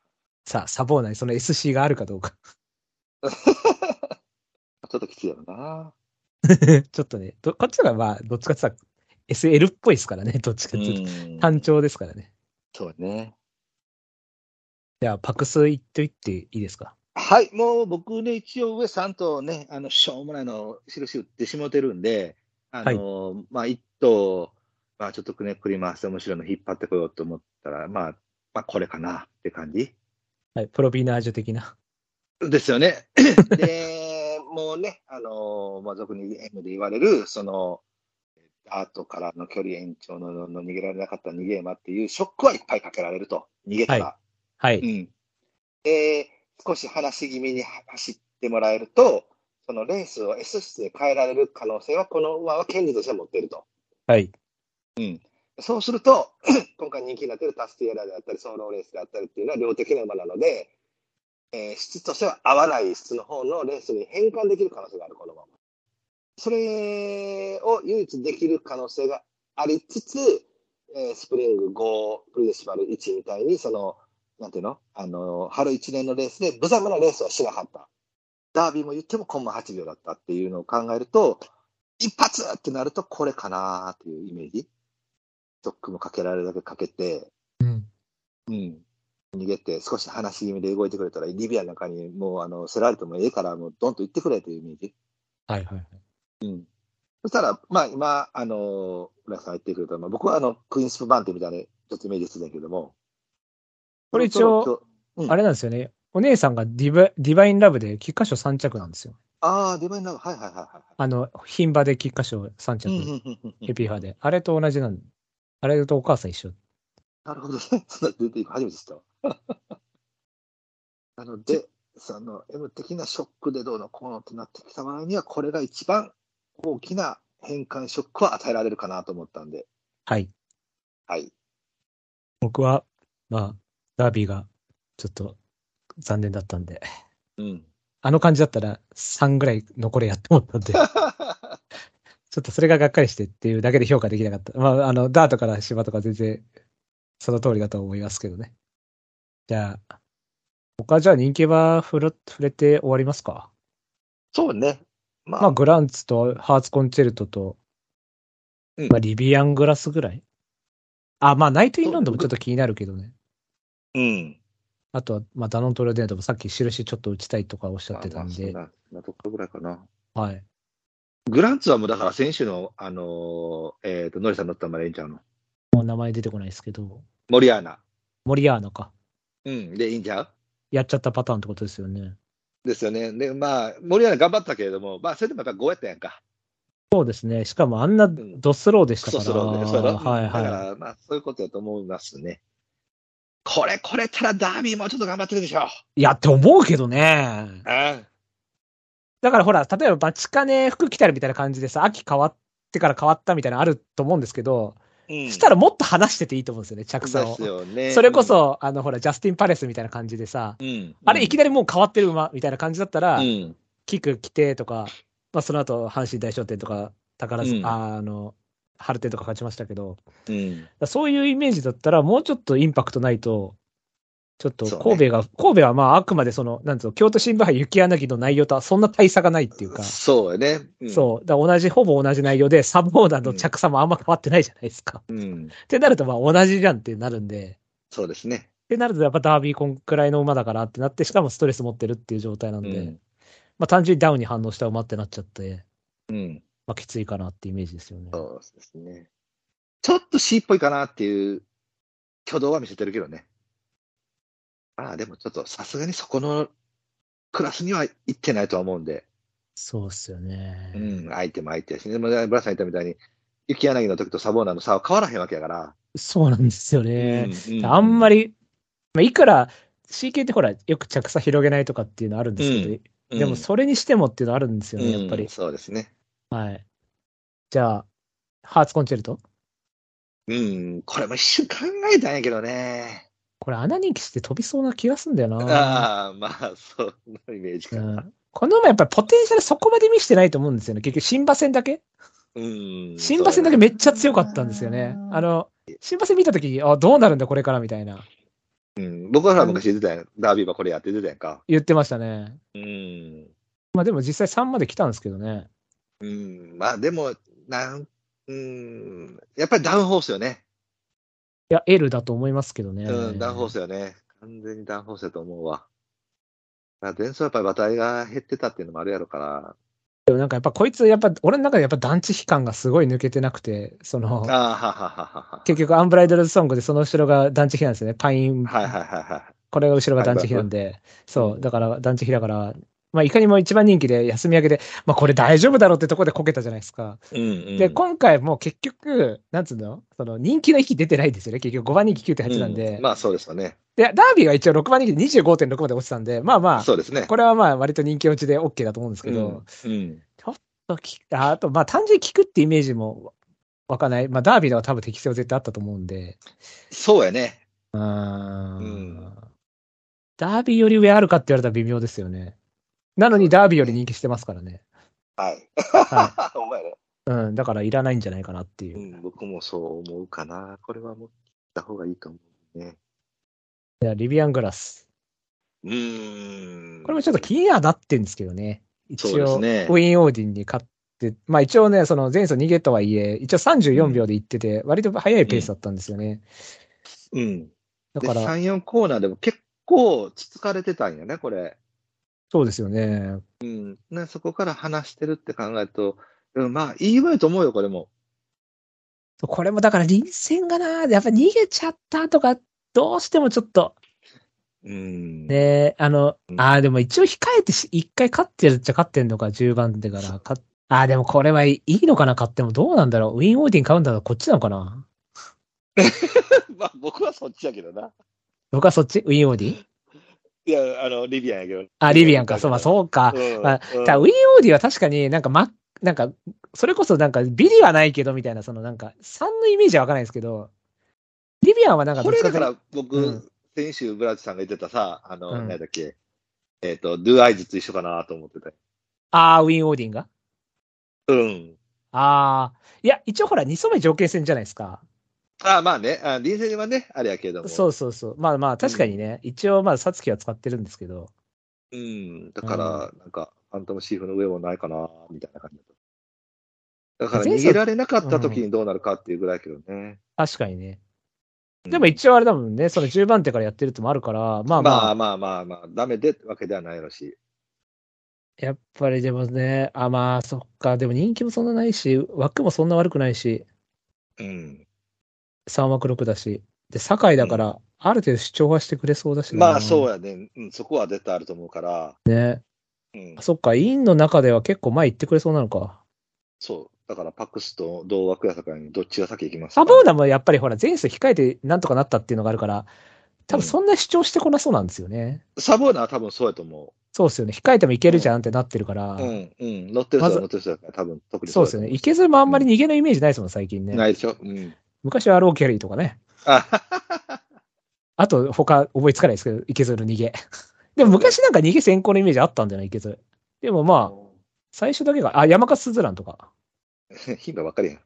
Speaker 1: さあ、サボーナにその SC があるかどうか。 (laughs)
Speaker 2: い。ちょっときついやろな。
Speaker 1: ちょっとね、どこっちの方がまあ、どっちかって言ったら SL っぽいですからね、 (laughs) どっちかっていうと。単調ですからね。
Speaker 2: そうね。
Speaker 1: じゃあ、パクス行っといっていいですか。
Speaker 2: はい、もう僕ね、一応上さんとね、あの、しょうもないの印打ってしもてるんで、あの、まあ、一頭、まあ、ちょっとくねくり回して面白いの引っ張ってこようと思ったら、まあ、まあ、これかなって感じ
Speaker 1: はい、プロビナージュ的な。
Speaker 2: です
Speaker 1: (laughs)
Speaker 2: よね。で、もうね、あの、まあ、俗に M で言われる、その、アートからの距離延長ののの逃げられなかった逃げ馬っていうショックはいっぱいかけられると、逃げから。
Speaker 1: は
Speaker 2: う
Speaker 1: い。
Speaker 2: ん。で、少し離し気味に走ってもらえると、そのレースを S 室で変えられる可能性は、この馬は権利として持っていると。
Speaker 1: はい。
Speaker 2: そうすると、 (clears throat) 今回人気になっているタスティエラであったり、ソーローレースであったりっていうのは量的な馬なので、えー質としては合わない質の方のレースに変換できる可能性がある、この馬は。それを唯一できる可能性がありつつ、えースプリング5、プリンシパル1みたいに、その、なんていうのあの、春1年のレースで無様なレースはしなかった。ダービーも言ってもコンマ8秒だったっていうのを考えると、一発ってなるとこれかなっていうイメージ。ストックもかけられるだけかけて、
Speaker 1: うん。
Speaker 2: うん、逃げて、少し話し気味で動いてくれたら、リビアの中にもうあのセラールともええから、もうドンと行ってくれというイメージ。
Speaker 1: はいはいはい。
Speaker 2: そしたら、まあ今、あの、浦井さんが言ってくれた、まあ、僕はあの、クイーンスプバンテみたいな、ちょっとイメージするんだけども。
Speaker 1: これ一応
Speaker 2: ちょっと、うん
Speaker 1: あれなんですよね。お姉さんがディバディバインラブで菊花賞3着なんですよ。
Speaker 2: ああ、デバインラブ、はいはいはいは
Speaker 1: あの、牝馬で菊花賞3着、
Speaker 2: い。うんうんうんうん
Speaker 1: ヘピーファーで。あれと同じなんで。あれとお母さん一緒。
Speaker 2: なるほどね。そんな出ていく初めて知ったわ。なので、その M 的なショックでどうのこうのってなってきた場合には、これが一番大きな変換ショックは与えられるかなと思ったんで、
Speaker 1: はい。
Speaker 2: はい。
Speaker 1: 僕は、まあ、ダービーがちょっと残念だったんで、
Speaker 2: うん。
Speaker 1: あの感じだったら3ぐらい残れやって思ったん
Speaker 2: (laughs)
Speaker 1: で、ちょっとそれががっかりしてっていうだけで評価できなかった。まあ、あの、ダートから芝とか全然その通りだと思いますけどね。じゃあ、他じゃあ人気は触れ触れて終わりますか
Speaker 2: そうね。まあ、
Speaker 1: まあ、グランツとハーツコンチェルトと、
Speaker 2: うん
Speaker 1: まあ、リビアングラスぐらい。あ、まあ、ナイト・イン・ロンドンもちょっと気になるけどね。
Speaker 2: うん。
Speaker 1: あとは、まあ、ダノントルデートもさっき印ちょっと打ちたいとかおっしゃってたんで、
Speaker 2: まあまあそんなところぐらいかな。
Speaker 1: はい。
Speaker 2: グランツはもうだから選手の、あのーえっ、と、ノリさん乗ったまでいいんちゃうの。
Speaker 1: もう名前出てこないですけど、
Speaker 2: モリアーナ。
Speaker 1: モリアーノか。
Speaker 2: うん。で、いいんちゃう
Speaker 1: やっちゃったパターンってことですよね。
Speaker 2: ですよね。で、まあ、モリアーナ頑張ったけれども、まあ、それでもやっぱ5やったやんか。
Speaker 1: そうですね。しかもあんなドスローでした
Speaker 2: ク
Speaker 1: か
Speaker 2: ソ
Speaker 1: ら。
Speaker 2: スローで、そうやろ
Speaker 1: はい
Speaker 2: だか
Speaker 1: は
Speaker 2: ら、まあ、そういうことだと思いますね。これ、これたらダービーもちょっと頑張ってるでしょ。
Speaker 1: い。いや、って思うけどね。
Speaker 2: うん。
Speaker 1: だからほら、例えばバチカネ服着たりみたいな感じでさ、秋変わってから変わったみたいなのあると思うんですけど、
Speaker 2: うん、
Speaker 1: したらもっと話してていいと思うんですよね、着差
Speaker 2: で
Speaker 1: を
Speaker 2: す。よね。
Speaker 1: それこそ、あの、ほら、ジャスティン・パレスみたいな感じでさ、
Speaker 2: うん、うん
Speaker 1: あれ、いきなりもう変わってる馬みたいな感じだったら、
Speaker 2: うん。
Speaker 1: キク来てとか、まあ、その後、阪神大商店とか、宝塚、
Speaker 2: うん
Speaker 1: ああの、春天とか勝ちましたけど、だか
Speaker 2: うん。
Speaker 1: らそういうイメージだったら、もうちょっとインパクトないと、ちょっと
Speaker 2: そうね
Speaker 1: 神戸が、神戸はまあ、あくまでその、なんつうの、京都新聞杯雪柳の内容とはそんな大差がないっていうか、
Speaker 2: そうよね。うん、
Speaker 1: そう、だから同じ、ほぼ同じ内容で、サボーダーの着差もあんま変わってないじゃないですか。
Speaker 2: う。うん。
Speaker 1: ってなると、まあ、同じじゃんってなるんで、
Speaker 2: そうですね。
Speaker 1: ってなると、やっぱダービーこんくらいの馬だからってなって、しかもストレス持ってるっていう状態なんで、
Speaker 2: うん
Speaker 1: まあ単純にダウンに反応した馬ってなっちゃって、
Speaker 2: うん。
Speaker 1: まあきついかなってイメージですよね。
Speaker 2: そうですね。ちょっと C っぽいかなっていう挙動は見せてるけどね。ああ、でもちょっとさすがにそこのクラスには行ってないとは思うんで。
Speaker 1: そうっすよね。
Speaker 2: うん、相手も相手やし、ね、でも、ブラさん言ったみたいに、雪柳の時とサボーナの差は変わらへんわけやから。
Speaker 1: そうなんですよね。
Speaker 2: う
Speaker 1: あんま
Speaker 2: り、
Speaker 1: り、まあ、いくら CK ってほら、よく着差広げないとかっていうのあるんですけど、
Speaker 2: うん
Speaker 1: でもそれにしてもっていうのあるんですよね、やっぱ
Speaker 2: うん
Speaker 1: り。
Speaker 2: そうですね。
Speaker 1: はい。じゃあ、ハーツコンチェルト
Speaker 2: うん、これも一瞬考えたんやけどね。
Speaker 1: これ穴人気して飛びそうな気がすんだよな。
Speaker 2: ああ、まあ、そんなイメージか
Speaker 1: う
Speaker 2: な。
Speaker 1: ん、この馬やっぱりポテンシャルそこまで見せてないと思うんですよね。結局、新馬戦だけ
Speaker 2: うん。
Speaker 1: 新馬戦だけめっちゃ強かったんですよね。あの、新馬戦見たとき、あ、どうなるんだこれからみたいな、
Speaker 2: うん、僕はさ、昔言ってたやん。ダービーはこれやって出たやんか。
Speaker 1: 言ってましたね。
Speaker 2: うん。
Speaker 1: まあでも実際3まで来たんですけどね。
Speaker 2: うん、まあ、でも、なん、うん、やっぱりダウンホースよね。
Speaker 1: いや、L だと思いますけどね。
Speaker 2: うん、ダウンホースよね。完全にダウンホースだと思うわ。まあ、伝送やっぱり馬体が減ってたっていうのもあるやろか
Speaker 1: でもなんかやっぱこいつ、やっぱ俺の中でやっぱ団地悲観がすごい抜けてなくて、その、
Speaker 2: ら。ああ、はははは。
Speaker 1: 結局アンブライドルズソングでその後ろが団地悲なんですよね。パイン、
Speaker 2: はいはいはいはい。
Speaker 1: これが後ろが団地悲なんで、そう、だから団地悲だから、まあいかにも一番人気で休み明けで、まあこれ大丈夫だろうってとこでこけたじゃないですか。
Speaker 2: うん
Speaker 1: で、今回もう結局、なんつうのその人気の域出てないんですよね。結局5番人気9.8なんで。
Speaker 2: うまあそうですよね。
Speaker 1: で、ダービーが一応6番人気で25.6まで落ちたんで、まあま
Speaker 2: そうですね。
Speaker 1: あ、これはまあ割と人気落ちで OK だと思うんですけど、
Speaker 2: うんうん
Speaker 1: ときああと、まあ、単純に聞くってイメージもわかんない。まあ、ダービーのは多分適性は絶対あったと思うんで。
Speaker 2: そうやね。
Speaker 1: うーん
Speaker 2: うん
Speaker 1: ダービーより上あるかって言われたら微妙ですよね。なのにダービーより人気してますからね。
Speaker 2: はい。
Speaker 1: は
Speaker 2: お前ら。
Speaker 1: い。うん。だからいらないんじゃないかなっていうう。
Speaker 2: ん、僕もそう思うかな。これはもう、た方がいいと思うね。
Speaker 1: じゃあリビアングラス。
Speaker 2: うーん。
Speaker 1: これもちょっと気にはなってんですけどね。一
Speaker 2: そうで
Speaker 1: 応、
Speaker 2: すね
Speaker 1: ウィン・オーディンに勝って、まあ一応ね、その前走逃げとはいえ、一応34秒で行ってて、割と早いペースだったんですよね。
Speaker 2: うん。
Speaker 1: だから
Speaker 2: で、3、4コーナーでも結構つつかれてたんやね、これ。
Speaker 1: そうですよね。
Speaker 2: うん。ね、そこから話してるって考えると、うん、まあ、いいわよと思うよ、これも。
Speaker 1: そうこれもだから臨戦がな、やっぱ逃げちゃったとか、どうしてもちょっと、
Speaker 2: うん。
Speaker 1: ね、あの
Speaker 2: う、ん
Speaker 1: ああ、でも一応控えてし、一回勝ってるっちゃ勝ってんのか、10番でから。勝っああ、でもこれはいいいのかな、勝っても。どうなんだろう。ウィン・オーディン買うんだろうこっちなのかな。
Speaker 2: (laughs) まあ、僕はそっちやけどな。
Speaker 1: 僕はそっちウィン・オーディン
Speaker 2: いや、あの、リビアンやけど。
Speaker 1: あ、リビアンか。そう、まあそうか。
Speaker 2: うん
Speaker 1: まあ
Speaker 2: うん
Speaker 1: ただウィン・オーディは確かになんか、ま、なんか、それこそなんか、ビリはないけど、みたいな、そのなんか、3のイメージはわかんないですけど、リビアンはなんかど
Speaker 2: こ
Speaker 1: っ
Speaker 2: れ
Speaker 1: ちか
Speaker 2: だ
Speaker 1: とい
Speaker 2: か
Speaker 1: うと、
Speaker 2: ら僕、
Speaker 1: うん
Speaker 2: 先週、ブラチさんが言ってたさ、あの、
Speaker 1: うん
Speaker 2: 何だっけ、えっ、と、ドゥアイズと一緒かなと思ってて。
Speaker 1: ああ、ウィン・オーディンが
Speaker 2: うん。
Speaker 1: ああ、いや、一応ほら、二層目条件戦じゃないですか。
Speaker 2: ああ、まあね、あ臨戦はね、あれやけども。
Speaker 1: そうそうそう。まあまあ、確かにね、一応まあ、サツキは使ってるんですけど、
Speaker 2: うん。だから、なんか、ファントムシーフの上もないかな、みたいな感じだっただから、
Speaker 1: 前
Speaker 2: 逃
Speaker 1: 走
Speaker 2: げられなかった時にどうなるかっていうぐらいやけどね。
Speaker 1: 確かにね。
Speaker 2: うん
Speaker 1: でも一応あれだもんね、その10番手からやってるってもあるから、まあまあ、
Speaker 2: まあまあまあまあ、ダメでってわけではないやろし。
Speaker 1: やっぱりでもね、あまあ、そっか、でも人気もそんなないし、枠もそんな悪くないし、
Speaker 2: うん。
Speaker 1: 3枠6だし、で、堺だから、ある程度主張はしてくれそうだしな、
Speaker 2: まあ、そうやね。うん、そこは絶対あると思うから。
Speaker 1: ね。
Speaker 2: うん。
Speaker 1: そっか、委員の中では結構前行ってくれそうなのか。
Speaker 2: そう。だから、パックスと同枠やさかいにどっちが先行きますか
Speaker 1: サボーナもやっぱりほら、前世控えてなんとかなったっていうのがあるから、多分そんな主張してこなそうなんですよね。
Speaker 2: サボーナは多分そうやと思
Speaker 1: そうですよね。控えてもいけるじゃんってなってるから、
Speaker 2: う。うん、うん。乗ってる人
Speaker 1: ま
Speaker 2: は
Speaker 1: ず
Speaker 2: 乗ってる人だから、多分特に
Speaker 1: そうですよね。いけずもあんまり逃げのイメージないですもん、最近
Speaker 2: ね。
Speaker 1: ね。
Speaker 2: ないでしょうん。
Speaker 1: 昔はアローキャリーとかね。
Speaker 2: あ
Speaker 1: あと、他思いつかないですけど、いけずの逃げ。 (laughs) でも昔なんか逃げ先行のイメージあったんじゃないいけず。でもまあ、最初だけが、あ、山勝スズランとか。
Speaker 2: (laughs) 頻度ばっかりやん。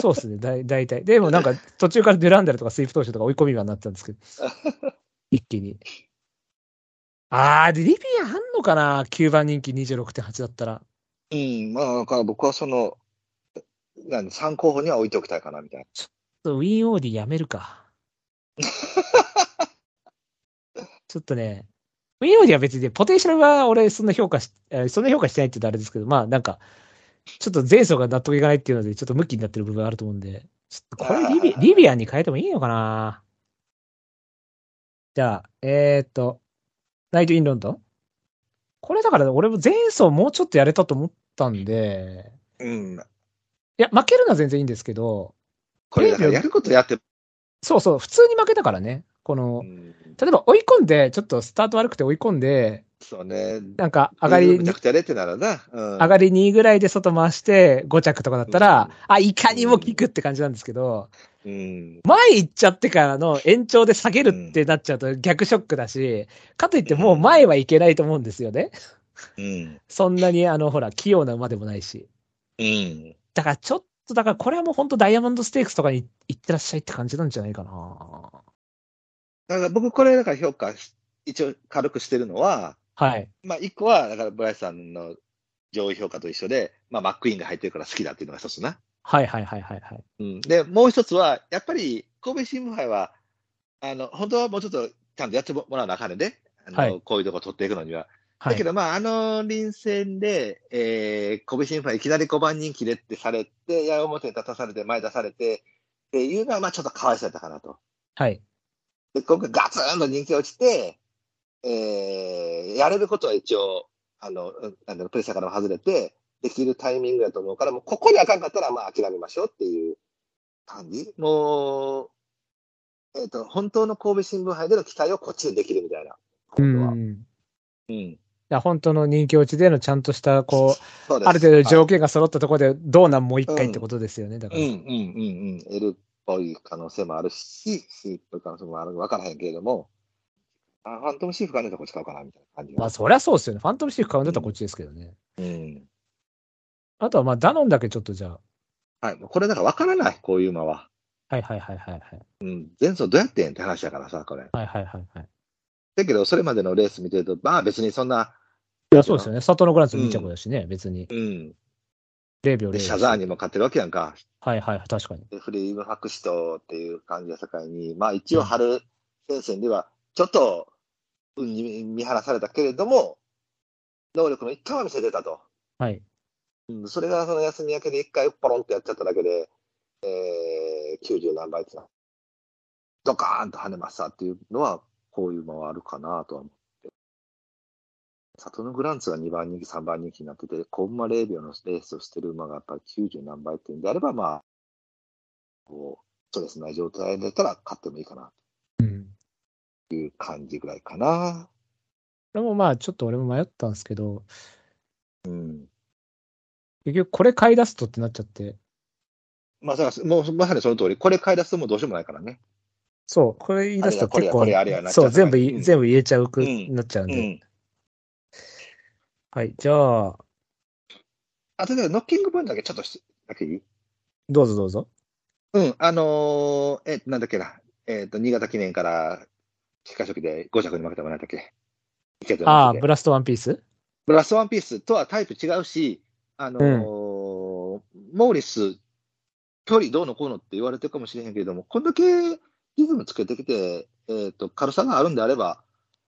Speaker 1: そうですね、だい大体。でもなんか途中からデュランダルとかスイープ投手とか追い込み馬になってたんですけど、一気に。あー、で、リビアあんのかな ?9 番人気26.8だったら。
Speaker 2: うん、まあ、だから僕はその、なん参候補には置いておきたいかな、みたいな。
Speaker 1: そうウィーンオーディやめる
Speaker 2: (laughs)
Speaker 1: か。ちょっとね、ウィーンオーディは別にね、ポテンシャルは俺そんな評価し、えーそんな評価してないって言うとあれですけど、まあなんか、ちょっと前走が納得いかないっていうので、ちょっとムキになってる部分あると思うんで、ちょっとこれリビ
Speaker 2: あー
Speaker 1: リビアンに変えてもいいのかなじゃあ、えー、っと、ナイト・イン・ロンドンこれだから俺も前走もうちょっとやれたと思ったんで、
Speaker 2: うん。
Speaker 1: いや、負けるのは全然いいんですけど、
Speaker 2: これ、だからやることやって、
Speaker 1: そうそう、普通に負けたからね。この、
Speaker 2: うん、
Speaker 1: 例えば追い込んで、ちょっとスタート悪くて追い込んで、
Speaker 2: そうね。
Speaker 1: なんか上がり、
Speaker 2: めちゃくちゃやれってならな。うん。
Speaker 1: 上がり2ぐらいで外回して5着とかだったら、
Speaker 2: うん
Speaker 1: あ、いかにも効くって感じなんですけど、
Speaker 2: うん。
Speaker 1: 前行っちゃってからの延長で下げるってなっちゃうと逆ショックだし、かといってもう前はいけないと思うんですよね。
Speaker 2: うん。
Speaker 1: そんなにあの、ほら、器用な馬でもないし。
Speaker 2: うん。
Speaker 1: だからちょっと、だからこれはもう本当ダイヤモンドステークスとかに行ってらっしゃいって感じなんじゃないかな。
Speaker 2: だから僕、これ、だから評価し、一応軽くしてるのは、
Speaker 1: はい。
Speaker 2: まあ、一個は、だから、ブライスさんの上位評価と一緒で、まあ、マックイーンが入ってるから好きだっていうのが一つな。
Speaker 1: はいはいはいはいはい。
Speaker 2: うん、で、もう一つは、やっぱり、神戸新聞杯は、あの、本当はもうちょっと、ちゃんとやってもらわなあかんねんで、あの、
Speaker 1: はい
Speaker 2: こういうとこ取っていくのには。
Speaker 1: は
Speaker 2: だけ
Speaker 1: い。
Speaker 2: ど、まあ、あの臨戦で、えー、小心ファンいきなり5番人気でってされて、矢面に立たされて、前出されて、っていうのは、まあ、ちょっとかわいそうやったかなと。
Speaker 1: はい。
Speaker 2: で、今回ガツンと人気が落ちて、えー、やれることは一応、あの、うんあのプレッシャーからも外れて、できるタイミングやと思うから、もうここにあかんかったら、まあ諦めましょうっていう感じ。もう、えっ、と、本当の神戸新聞杯での期待をこっちでできるみたいな。
Speaker 1: う
Speaker 2: 今度は。
Speaker 1: ん。
Speaker 2: うん。
Speaker 1: いや本当の人気落ちでのちゃんとした、こう、
Speaker 2: そうです。
Speaker 1: ある程度
Speaker 2: は
Speaker 1: 条件が揃ったところで、どうなんもう一回ってことですよね。だから
Speaker 2: い。うんうんうんうん。L っぽい可能性もあるし、C っぽい可能性もあるわからへんけれども、あファントムシーフがね、こっち買うかなみたいな感じが。
Speaker 1: まあ、そりゃそうですよね。ファントムシーフ買うんだったらこっちですけどね。
Speaker 2: うん。
Speaker 1: あとは、まあ、ダノンだけちょっとじゃあ。
Speaker 2: はい。これだからわからない、こういう馬は。
Speaker 1: はいはいはいはいはい。
Speaker 2: うん、前走どうやってんって話だからさ、これ。
Speaker 1: はいはいはいはい。
Speaker 2: だけど、それまでのレース見てると、まあ別にそんな、
Speaker 1: いや、そうですよね。サトノグランツ2着だしね、別に。
Speaker 2: うん、
Speaker 1: 0秒0
Speaker 2: でシャザーにも勝ってるわけやんか。
Speaker 1: はいはい、確かに。
Speaker 2: でフリーム白紙とっていう感じの世界に、まあ一応春戦線では、ちょっと、うん、見見放されたけれども、能力の一回は見せてたと。
Speaker 1: はい。
Speaker 2: うん、それがその休み明けで一回ポロンとやっちゃっただけで、えー、90何倍ってな。ドカーンと跳ねましたっていうのは、こういうのはあるかなとは思って。里のグランツが2番人気、3番人気になってて、コンマ0秒のレースをしてる馬がやっぱり90何倍っていうんであれば、まあ、こう、ストレスない状態だったら勝ってもいいかな
Speaker 1: うん。
Speaker 2: という感じぐらいかな。
Speaker 1: これもまあ、ちょっと俺も迷ったんですけど、
Speaker 2: うん。
Speaker 1: 結局これ買い出すとってなっちゃって、
Speaker 2: まあ、だからもうまさにその通り、これ買い出すともうどうしようもないからね。
Speaker 1: そう、これ言い出すと結
Speaker 2: あれや
Speaker 1: 構、
Speaker 2: これやこれあれやなっちゃう
Speaker 1: そう、全部い、
Speaker 2: うん
Speaker 1: 全部入れちゃうく、
Speaker 2: うん
Speaker 1: なっちゃうん
Speaker 2: う
Speaker 1: で。
Speaker 2: ん。
Speaker 1: はい、じゃあ、
Speaker 2: あとでノッキング分だけちょっとしだけいい
Speaker 1: どうぞどうぞ。
Speaker 2: うん、あのー、え、なんだっけな、えっ、と、新潟記念から、菊花賞旗で5着に負けたもんなんだっけ。いけた
Speaker 1: ああ、
Speaker 2: ブ
Speaker 1: ブ
Speaker 2: ラ
Speaker 1: ラストワンピース
Speaker 2: ブラストワンピースとはタイプ違うし、あのーモーリス、距離どうのこうのって言われてるかもしれへんけれども、こんだけリズムつけてきて、えっ、と、軽さがあるんであれば、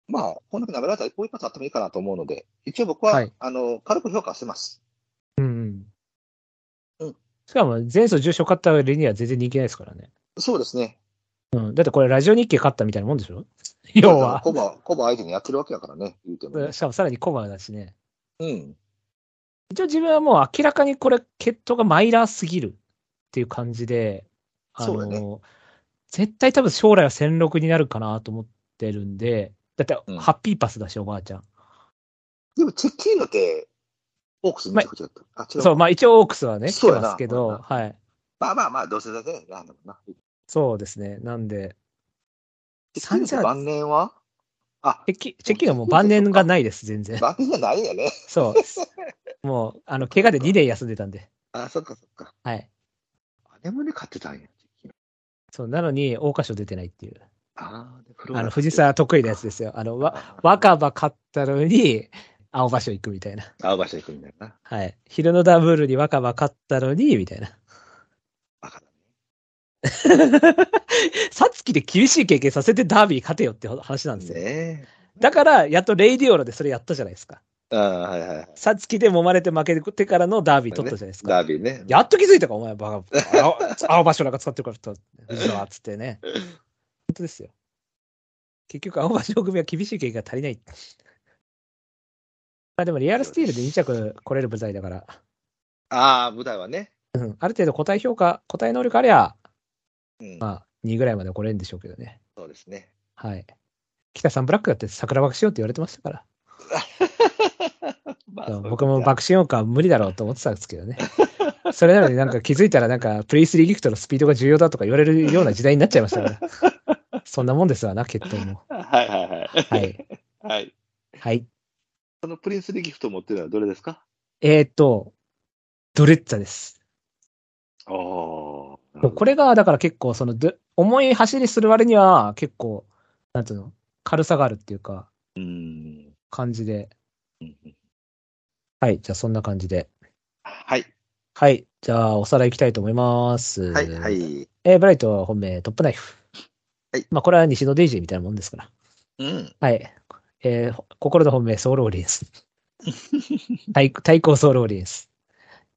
Speaker 2: まあ、こんだけ滑らかいこういうパスあってもいいかなと思うので、一応僕は、
Speaker 1: はい
Speaker 2: あの、軽く評価してます。
Speaker 1: うん、うん。
Speaker 2: うん
Speaker 1: しかも、前走重賞勝った割には全然人気ないですからね。
Speaker 2: そうですね。
Speaker 1: うん。だってこれ、ラジオ日経勝ったみたいなもんでしょ要は。
Speaker 2: コバ、コバ相手にやってるわけだからね、言うても、ね
Speaker 1: し。かもさらにコマだしね。
Speaker 2: うん。
Speaker 1: 一応自分はもう明らかにこれ、血統がマイラーすぎるっていう感じで、あ
Speaker 2: そ
Speaker 1: の、
Speaker 2: うだね
Speaker 1: 絶対多分将来は戦六になるかなと思ってるんで、だって
Speaker 2: うん
Speaker 1: ハッピーパスだし、おばあちゃん。
Speaker 2: でも、チェッキーノって、オークスめちゃくちゃだった。あ、違う。
Speaker 1: そう、まあ一応オークスはね、来
Speaker 2: そう
Speaker 1: て
Speaker 2: やな
Speaker 1: ますけ
Speaker 2: そう
Speaker 1: ど、
Speaker 2: やな
Speaker 1: はい。
Speaker 2: まあまあまあ、どうせだね。なんだもんな。
Speaker 1: そうですね。なんで、
Speaker 2: チェッキーノって晩年は
Speaker 1: (laughs)
Speaker 2: あ、
Speaker 1: チェキ、チェキはもう晩年がないです、全 (laughs) 然。
Speaker 2: 晩年じゃないんやね。
Speaker 1: そう。もう、あの、怪我で2年休んでたんで。
Speaker 2: あ、そっかそっか。
Speaker 1: はい。
Speaker 2: あれもね、買ってたんや。
Speaker 1: そう、なのに、桜花賞出てないっていう。
Speaker 2: あーでフローラ
Speaker 1: あの、
Speaker 2: 買って
Speaker 1: 藤沢得意なやつですよ。あの、わ、
Speaker 2: あー
Speaker 1: 若葉勝ったのに、青葉賞行くみたいな。
Speaker 2: 青葉社行くみたいな。
Speaker 1: はい。昼のダブルに若葉勝ったのに、みたいな。
Speaker 2: バカだね。
Speaker 1: さつきで厳しい経験させてダービー勝てよって話なんですよ。
Speaker 2: ね
Speaker 1: だから、やっとレイディオロでそれやったじゃないですか。
Speaker 2: え。ああ、はいはいはい。
Speaker 1: さつきで揉まれて負けてからのダービー取ったじゃないですか。
Speaker 2: ダービーね。
Speaker 1: やっと気づいたか、お前、バカ。青青葉賞なんか使ってるから、藤沢っつってね。本当ですよ。結局、青葉賞組は厳しい経験が足りない。まあでも、リアルスティールで2着来れる舞台だから、
Speaker 2: ああ、舞台はね。
Speaker 1: うん、ある程度個体評価、個体能力ありゃ、
Speaker 2: うん。
Speaker 1: まあ、2ぐらいまで来れるんでしょうけどね。
Speaker 2: そうですね。
Speaker 1: はい。北さんブラックだって桜爆心音って言われてましたから。
Speaker 2: ま
Speaker 1: あの
Speaker 2: そう
Speaker 1: 僕も
Speaker 2: か
Speaker 1: 爆心音感は無理だろうと思ってたんですけどね。 (laughs) それなのになんか気づいたらなんかプレイスリーギフトのスピードが重要だとか言われるような時代になっちゃいました
Speaker 2: (laughs)
Speaker 1: から。そんなもんですわな、決闘も。
Speaker 2: はいはいはい。
Speaker 1: はい。
Speaker 2: はい。
Speaker 1: はい。
Speaker 2: そのプリンスリギフト持ってるのはどれですか
Speaker 1: えーっと、ドレッツァです。
Speaker 2: ああ。こ
Speaker 1: これがだから結構そのど、重い走りする割には結構、なんていうの、軽さがあるっていうか、
Speaker 2: うん。
Speaker 1: 感じで。
Speaker 2: うん
Speaker 1: はい。じゃあそんな感じで。
Speaker 2: はい。
Speaker 1: はい。じゃあ、おさらいいきたいと思います。
Speaker 2: はい、はい。
Speaker 1: えーブライトは本命トップナイフ。
Speaker 2: はい
Speaker 1: まあ、これは西のデイジーみたいなもんですから。
Speaker 2: うん。
Speaker 1: はい。えー心の本命、ソウルオリエン
Speaker 2: (laughs)
Speaker 1: ス。対対抗ソウルオリエンス。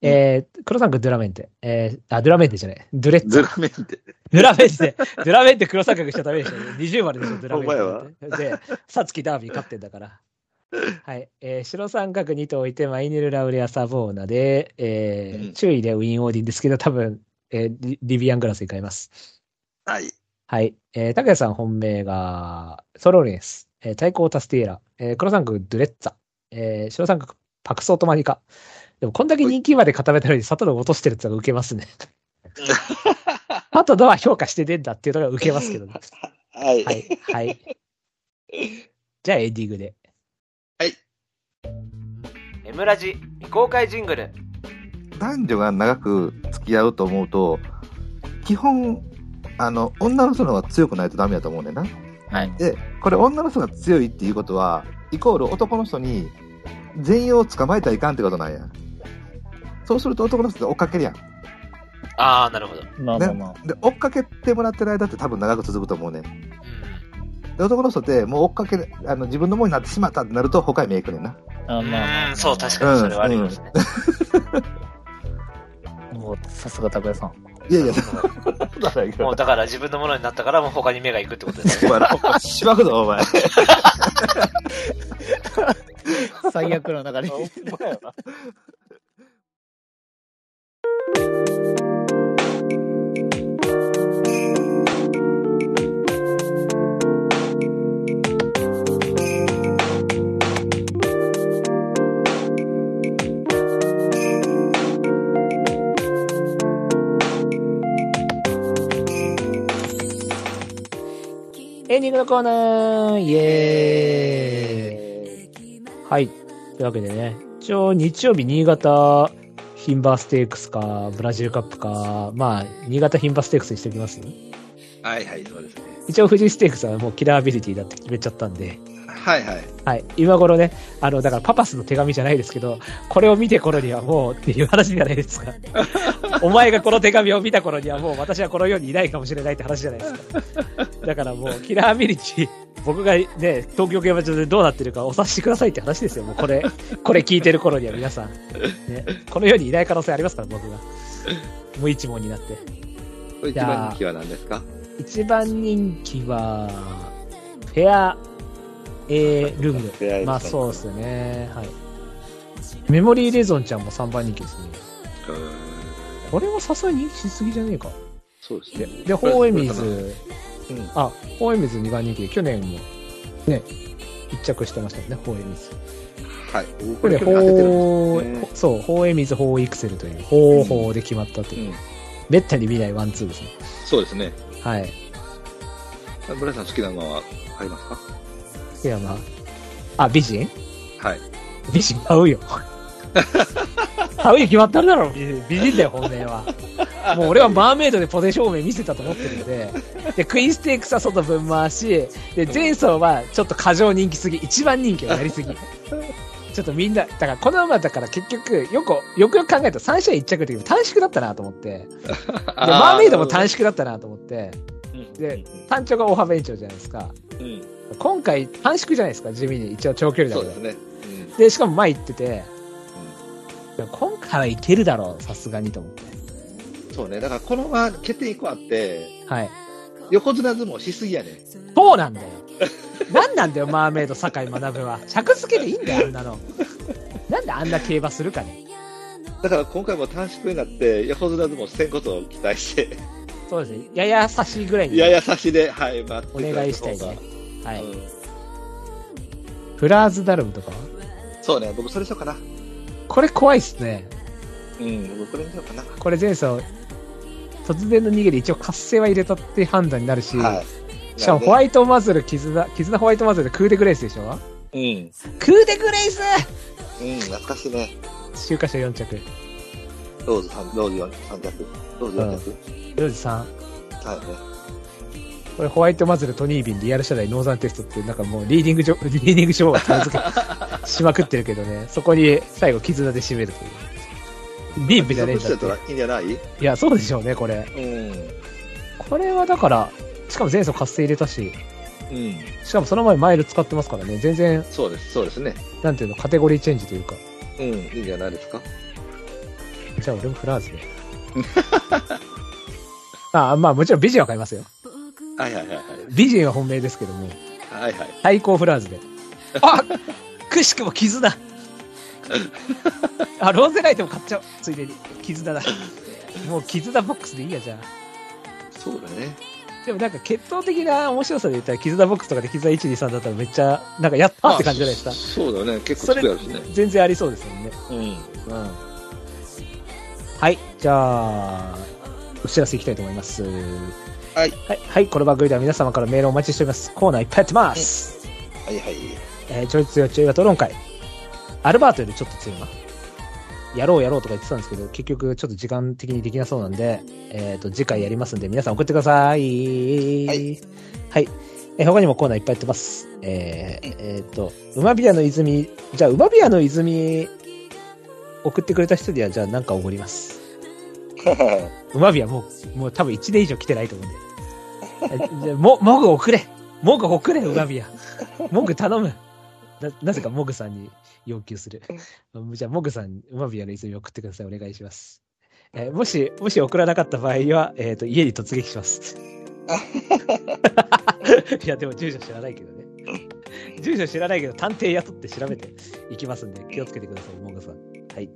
Speaker 1: えー、黒三角、ドゥラメンテ。えー、あ、ドゥラメンテじゃない。ドゥレッツ。
Speaker 2: ズラメンテ。
Speaker 1: ドゥラメンテ、ドゥラメンテ黒三角しちゃダメでしょ。20丸で
Speaker 2: (laughs)
Speaker 1: しょ、ドゥラメンテ。
Speaker 2: お前
Speaker 1: で、
Speaker 2: は
Speaker 1: サツキダービー勝ってんだから。はい。えー白三角にと置いて、マイネル・ラウレア・サボーナで、えー
Speaker 2: うん
Speaker 1: 注意でウィン・オーディンですけど、多分、えーリリビアン・グラスに変えます。
Speaker 2: はい。
Speaker 1: はい。えー、高谷さん本命が、ソローレンス、えー、対抗タスティエラ、えー、黒三角、ドゥレッツァ、えー白三角、パクソートマニカ。でも、こんだけ人気まで固めたのに、佐藤を落としてるってのが受けますね。あとのは評価してねえんだっていうのが受けますけどね。
Speaker 2: はい。
Speaker 1: はい、はい。じゃあエンディングで。
Speaker 3: エムラジ未公開ジングル
Speaker 4: 男女が長く付き合うと思うと、基本、あの、女の人の方が強くないとダメだと思うねんな。
Speaker 5: はい。
Speaker 4: で、これ女の人が強いっていうことは、イコール男の人に全容を捕まえたらいかんってことなんや。そうすると男の人って追っかけるやん。
Speaker 3: ああなるほど
Speaker 5: まあまあまあ。
Speaker 4: で、追っかけてもらってる間って多分長く続くと思うねん。
Speaker 3: うん
Speaker 4: で、男の人ってもう追っかける、あの、自分のものになってしまったってなると他へ目行くねんな。
Speaker 5: あまあまあ
Speaker 3: うーんそう確
Speaker 5: か
Speaker 3: かにそれはありますね、
Speaker 5: に。 (laughs) もう、さすが高谷さん。
Speaker 4: いやいや、そうだからいけど
Speaker 3: もうだから自分のものになったからもう他に目が行くってことです
Speaker 4: お
Speaker 3: ね
Speaker 4: 前ら、しばくぞ、お
Speaker 5: (laughs)
Speaker 4: 前。
Speaker 5: 最悪の流れ。
Speaker 1: エンディングのコーナーイエーイはい。というわけでね、一応日曜日新潟ヒンバーステークスか、ブラジルカップか、まあ、新潟ヒンバーステークスにしておきます。
Speaker 2: はいはい、そうですね。
Speaker 1: 一応富士ステークスはもうキラーアビリティだって決めちゃったんで、
Speaker 2: はいはい。
Speaker 1: はい。今頃ね、あの、だからパパスの手紙じゃないですけど、これを見て頃にはもうっていう話じゃないですか。お前がこの手紙を見た頃にはもう私はこの世にいないかもしれないって話じゃないですか。だからもう、キラーアビリティ、僕がね、東京競馬場でどうなってるかお察しくださいって話ですよ。もうこれ、これ聞いてる頃には皆さん。ね、この世にいない可能性ありますから、僕が。無一文になって。
Speaker 2: これ一番人気は何ですか
Speaker 1: 一番人気は、フェア、えー、ルーム。
Speaker 2: フェアエルソン
Speaker 1: まあそうですね。はい。メモリーレゾンちゃんも3番人気ですね。
Speaker 2: うん
Speaker 1: これはさすがに人気しすぎじゃねえか。
Speaker 2: そうです
Speaker 1: で
Speaker 2: ね。、
Speaker 1: でホーエミズ
Speaker 4: うん、
Speaker 1: あ、ホーエミズ2番人気で、去年も、ね、一着してましたよね、ホーエミズ。
Speaker 2: はい。
Speaker 1: これで、
Speaker 2: 去年当ててるんです
Speaker 1: ホ
Speaker 2: てるんです
Speaker 1: ー、そう、ホーエミズ、ホーイクセルという、ホーホーで決まったという、
Speaker 2: うん
Speaker 1: めったに見ないワンツーですね。
Speaker 2: そうですね。
Speaker 1: はい。
Speaker 2: 村井さん好きな馬はありますか
Speaker 1: いや、まあ、あ、美人
Speaker 2: はい。
Speaker 1: 美人買うよ。買うに決まったるだろ、美人美人だよ、本命は。もう俺はマーメイドでポテ照明見せたと思ってるので、で、クイーンステークスは外分回し、で、前走はちょっと過剰人気すぎ、一番人気をやりすぎ。ちょっとみんな、だからこの馬だから結局、よく、よくよく考えたら3試合1着で短縮だったなと思って、で、マーメイドも短縮だったなと思って、で、単調が大幅延長じゃないですか。
Speaker 2: うん
Speaker 1: 今回短縮じゃないですか、地味に。一応長距離だ
Speaker 2: そう
Speaker 1: け
Speaker 2: で
Speaker 1: ど
Speaker 2: す。ね。
Speaker 1: で、しかも前行ってて、いや今回はいけるだろう、さすがにと思って。
Speaker 2: うんそうね。だからこの馬、欠点一個あって、
Speaker 1: はい。
Speaker 2: 横綱相撲しすぎやね。
Speaker 1: そうなんだよ。 (laughs) なんなんだよ、マーメイド酒井学は。尺付けでいいんだよ、あんなの。なんであんな競馬するかね。
Speaker 2: だから今回も短縮になって、横綱相撲せんことを期待して、
Speaker 1: そうですね。やや差しぐらいに
Speaker 2: やや差しで、はい、待って
Speaker 1: お願いしたいね。は
Speaker 2: ただいた
Speaker 1: い。
Speaker 2: 方が。うん
Speaker 1: フラーズダルムとかは
Speaker 2: そうね、僕それしようかな。
Speaker 1: これ怖いっすね。
Speaker 2: うん、僕これにしようかな。
Speaker 1: これ前走、突然の逃げで一応活性は入れたって判断になるし、
Speaker 2: はい。
Speaker 1: しかもホワ
Speaker 2: イ
Speaker 1: イトマズル、絆、絆ホワイトマズル、クーデグレイスでしょ
Speaker 2: ト。うん。
Speaker 1: クーデグレイス
Speaker 2: うん、懐かしいね。
Speaker 1: 週刊賞4着。
Speaker 2: ローズ3、ローズ4、3着。ローズ4着。
Speaker 1: ヨジさん。
Speaker 2: はいね。
Speaker 1: これホワイトマズル、トニービン、リアル社代、ノーザンテストっていう、なんかもう (laughs) リーディングジョ、リーディングショーを手 (laughs) 付けしまくってるけどね、そこに最後絆で締めるという。リンプじゃねえん
Speaker 2: 持
Speaker 1: だ
Speaker 2: ち
Speaker 1: って
Speaker 2: た。らいいんじゃないうん。
Speaker 1: いや、そうでしょうね、これ。これはだから、しかも前走活性入れたし、
Speaker 2: うん。
Speaker 1: しかもその前マイル使ってますからね、全然、
Speaker 2: そうです、そうですね。
Speaker 1: なんていうの、カテゴリーチェンジというか、
Speaker 2: うん、いいんじゃないですか。
Speaker 1: じゃあ俺もフラ (laughs) ーズで。ああまあもちろん美人は買いますよ。
Speaker 2: はいはいはいはい。
Speaker 1: 美人は本命ですけども、
Speaker 2: はいはい。
Speaker 1: 対抗フラーズで。あくしくも絆あ、ローゼライトも買っちゃう。ついでに。絆だ。もう絆ボックスでいいや、じゃあ。
Speaker 2: そうだね。
Speaker 1: でもなんか血統的な面白さで言ったら、絆ボックスとかで絆1、2、3だったらめっちゃ、なんかやったって感じじゃないですか
Speaker 2: まあ。そうだね。結
Speaker 1: そ
Speaker 2: 構
Speaker 1: れ
Speaker 2: 作るしね。、
Speaker 1: 全然ありそうですもんね。
Speaker 2: うん。
Speaker 1: うんはい、じゃあ、お知らせいきたいと思います。
Speaker 2: はい。
Speaker 1: はい、はい、この番組では皆様からメールをお待ちしております。コーナーいっぱいやってます。
Speaker 2: はいはい。
Speaker 1: えー、ちょい強いちょいが討論会。アルバートよりちょっと強いな。やろうやろうとか言ってたんですけど、結局ちょっと時間的にできなそうなんで、えっ、と、次回やりますんで、皆さん送ってください。
Speaker 2: はい。。
Speaker 1: はい。えー他にもコーナーいっぱいやってます。えーえーと、馬ビアの泉、じゃあ、馬ビアの泉、送ってくれた人には、じゃあ、なんかおごります。馬火はもう、もう多分1年以上来てないと思うんで。えじゃあも、モグ送れモグ送れ、馬火は。モグ頼む。な、なぜかモグさんに要求する。 (laughs) じゃあ、モグさん、馬火の泉送ってください。お願いします。えーもし、もし送らなかった場合は、えっ、と、家に突撃します。 (laughs) いや、でも住所知らないけどね。住所知らないけど、探偵雇って調べていきますんで、気をつけてください、モグさん。はい。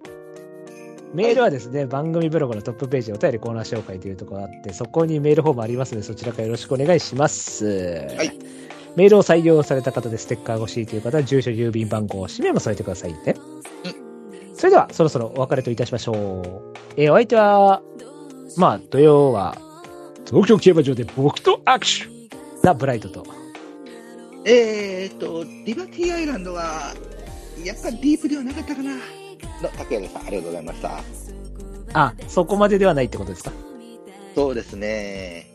Speaker 1: メールはですね、番組ブログのトップページお便りコーナー紹介というところがあって、そこにメールフォームありますので、そちらからよろしくお願いします。はいメールを採用された方でステッカーが欲しいという方は、住所、郵便番号、氏名も添えてくださいね。それでは、そろそろお別れといたしましょう。えーお相手は、まあ、土曜は、東京競馬場で僕と握手なブライトと。
Speaker 2: えーっと、リバティアイランドは、やっぱディープではなかったかな。の、竹谷さん、ありがとうございました。
Speaker 1: あ、そこまでではないってことですか
Speaker 2: そうですね。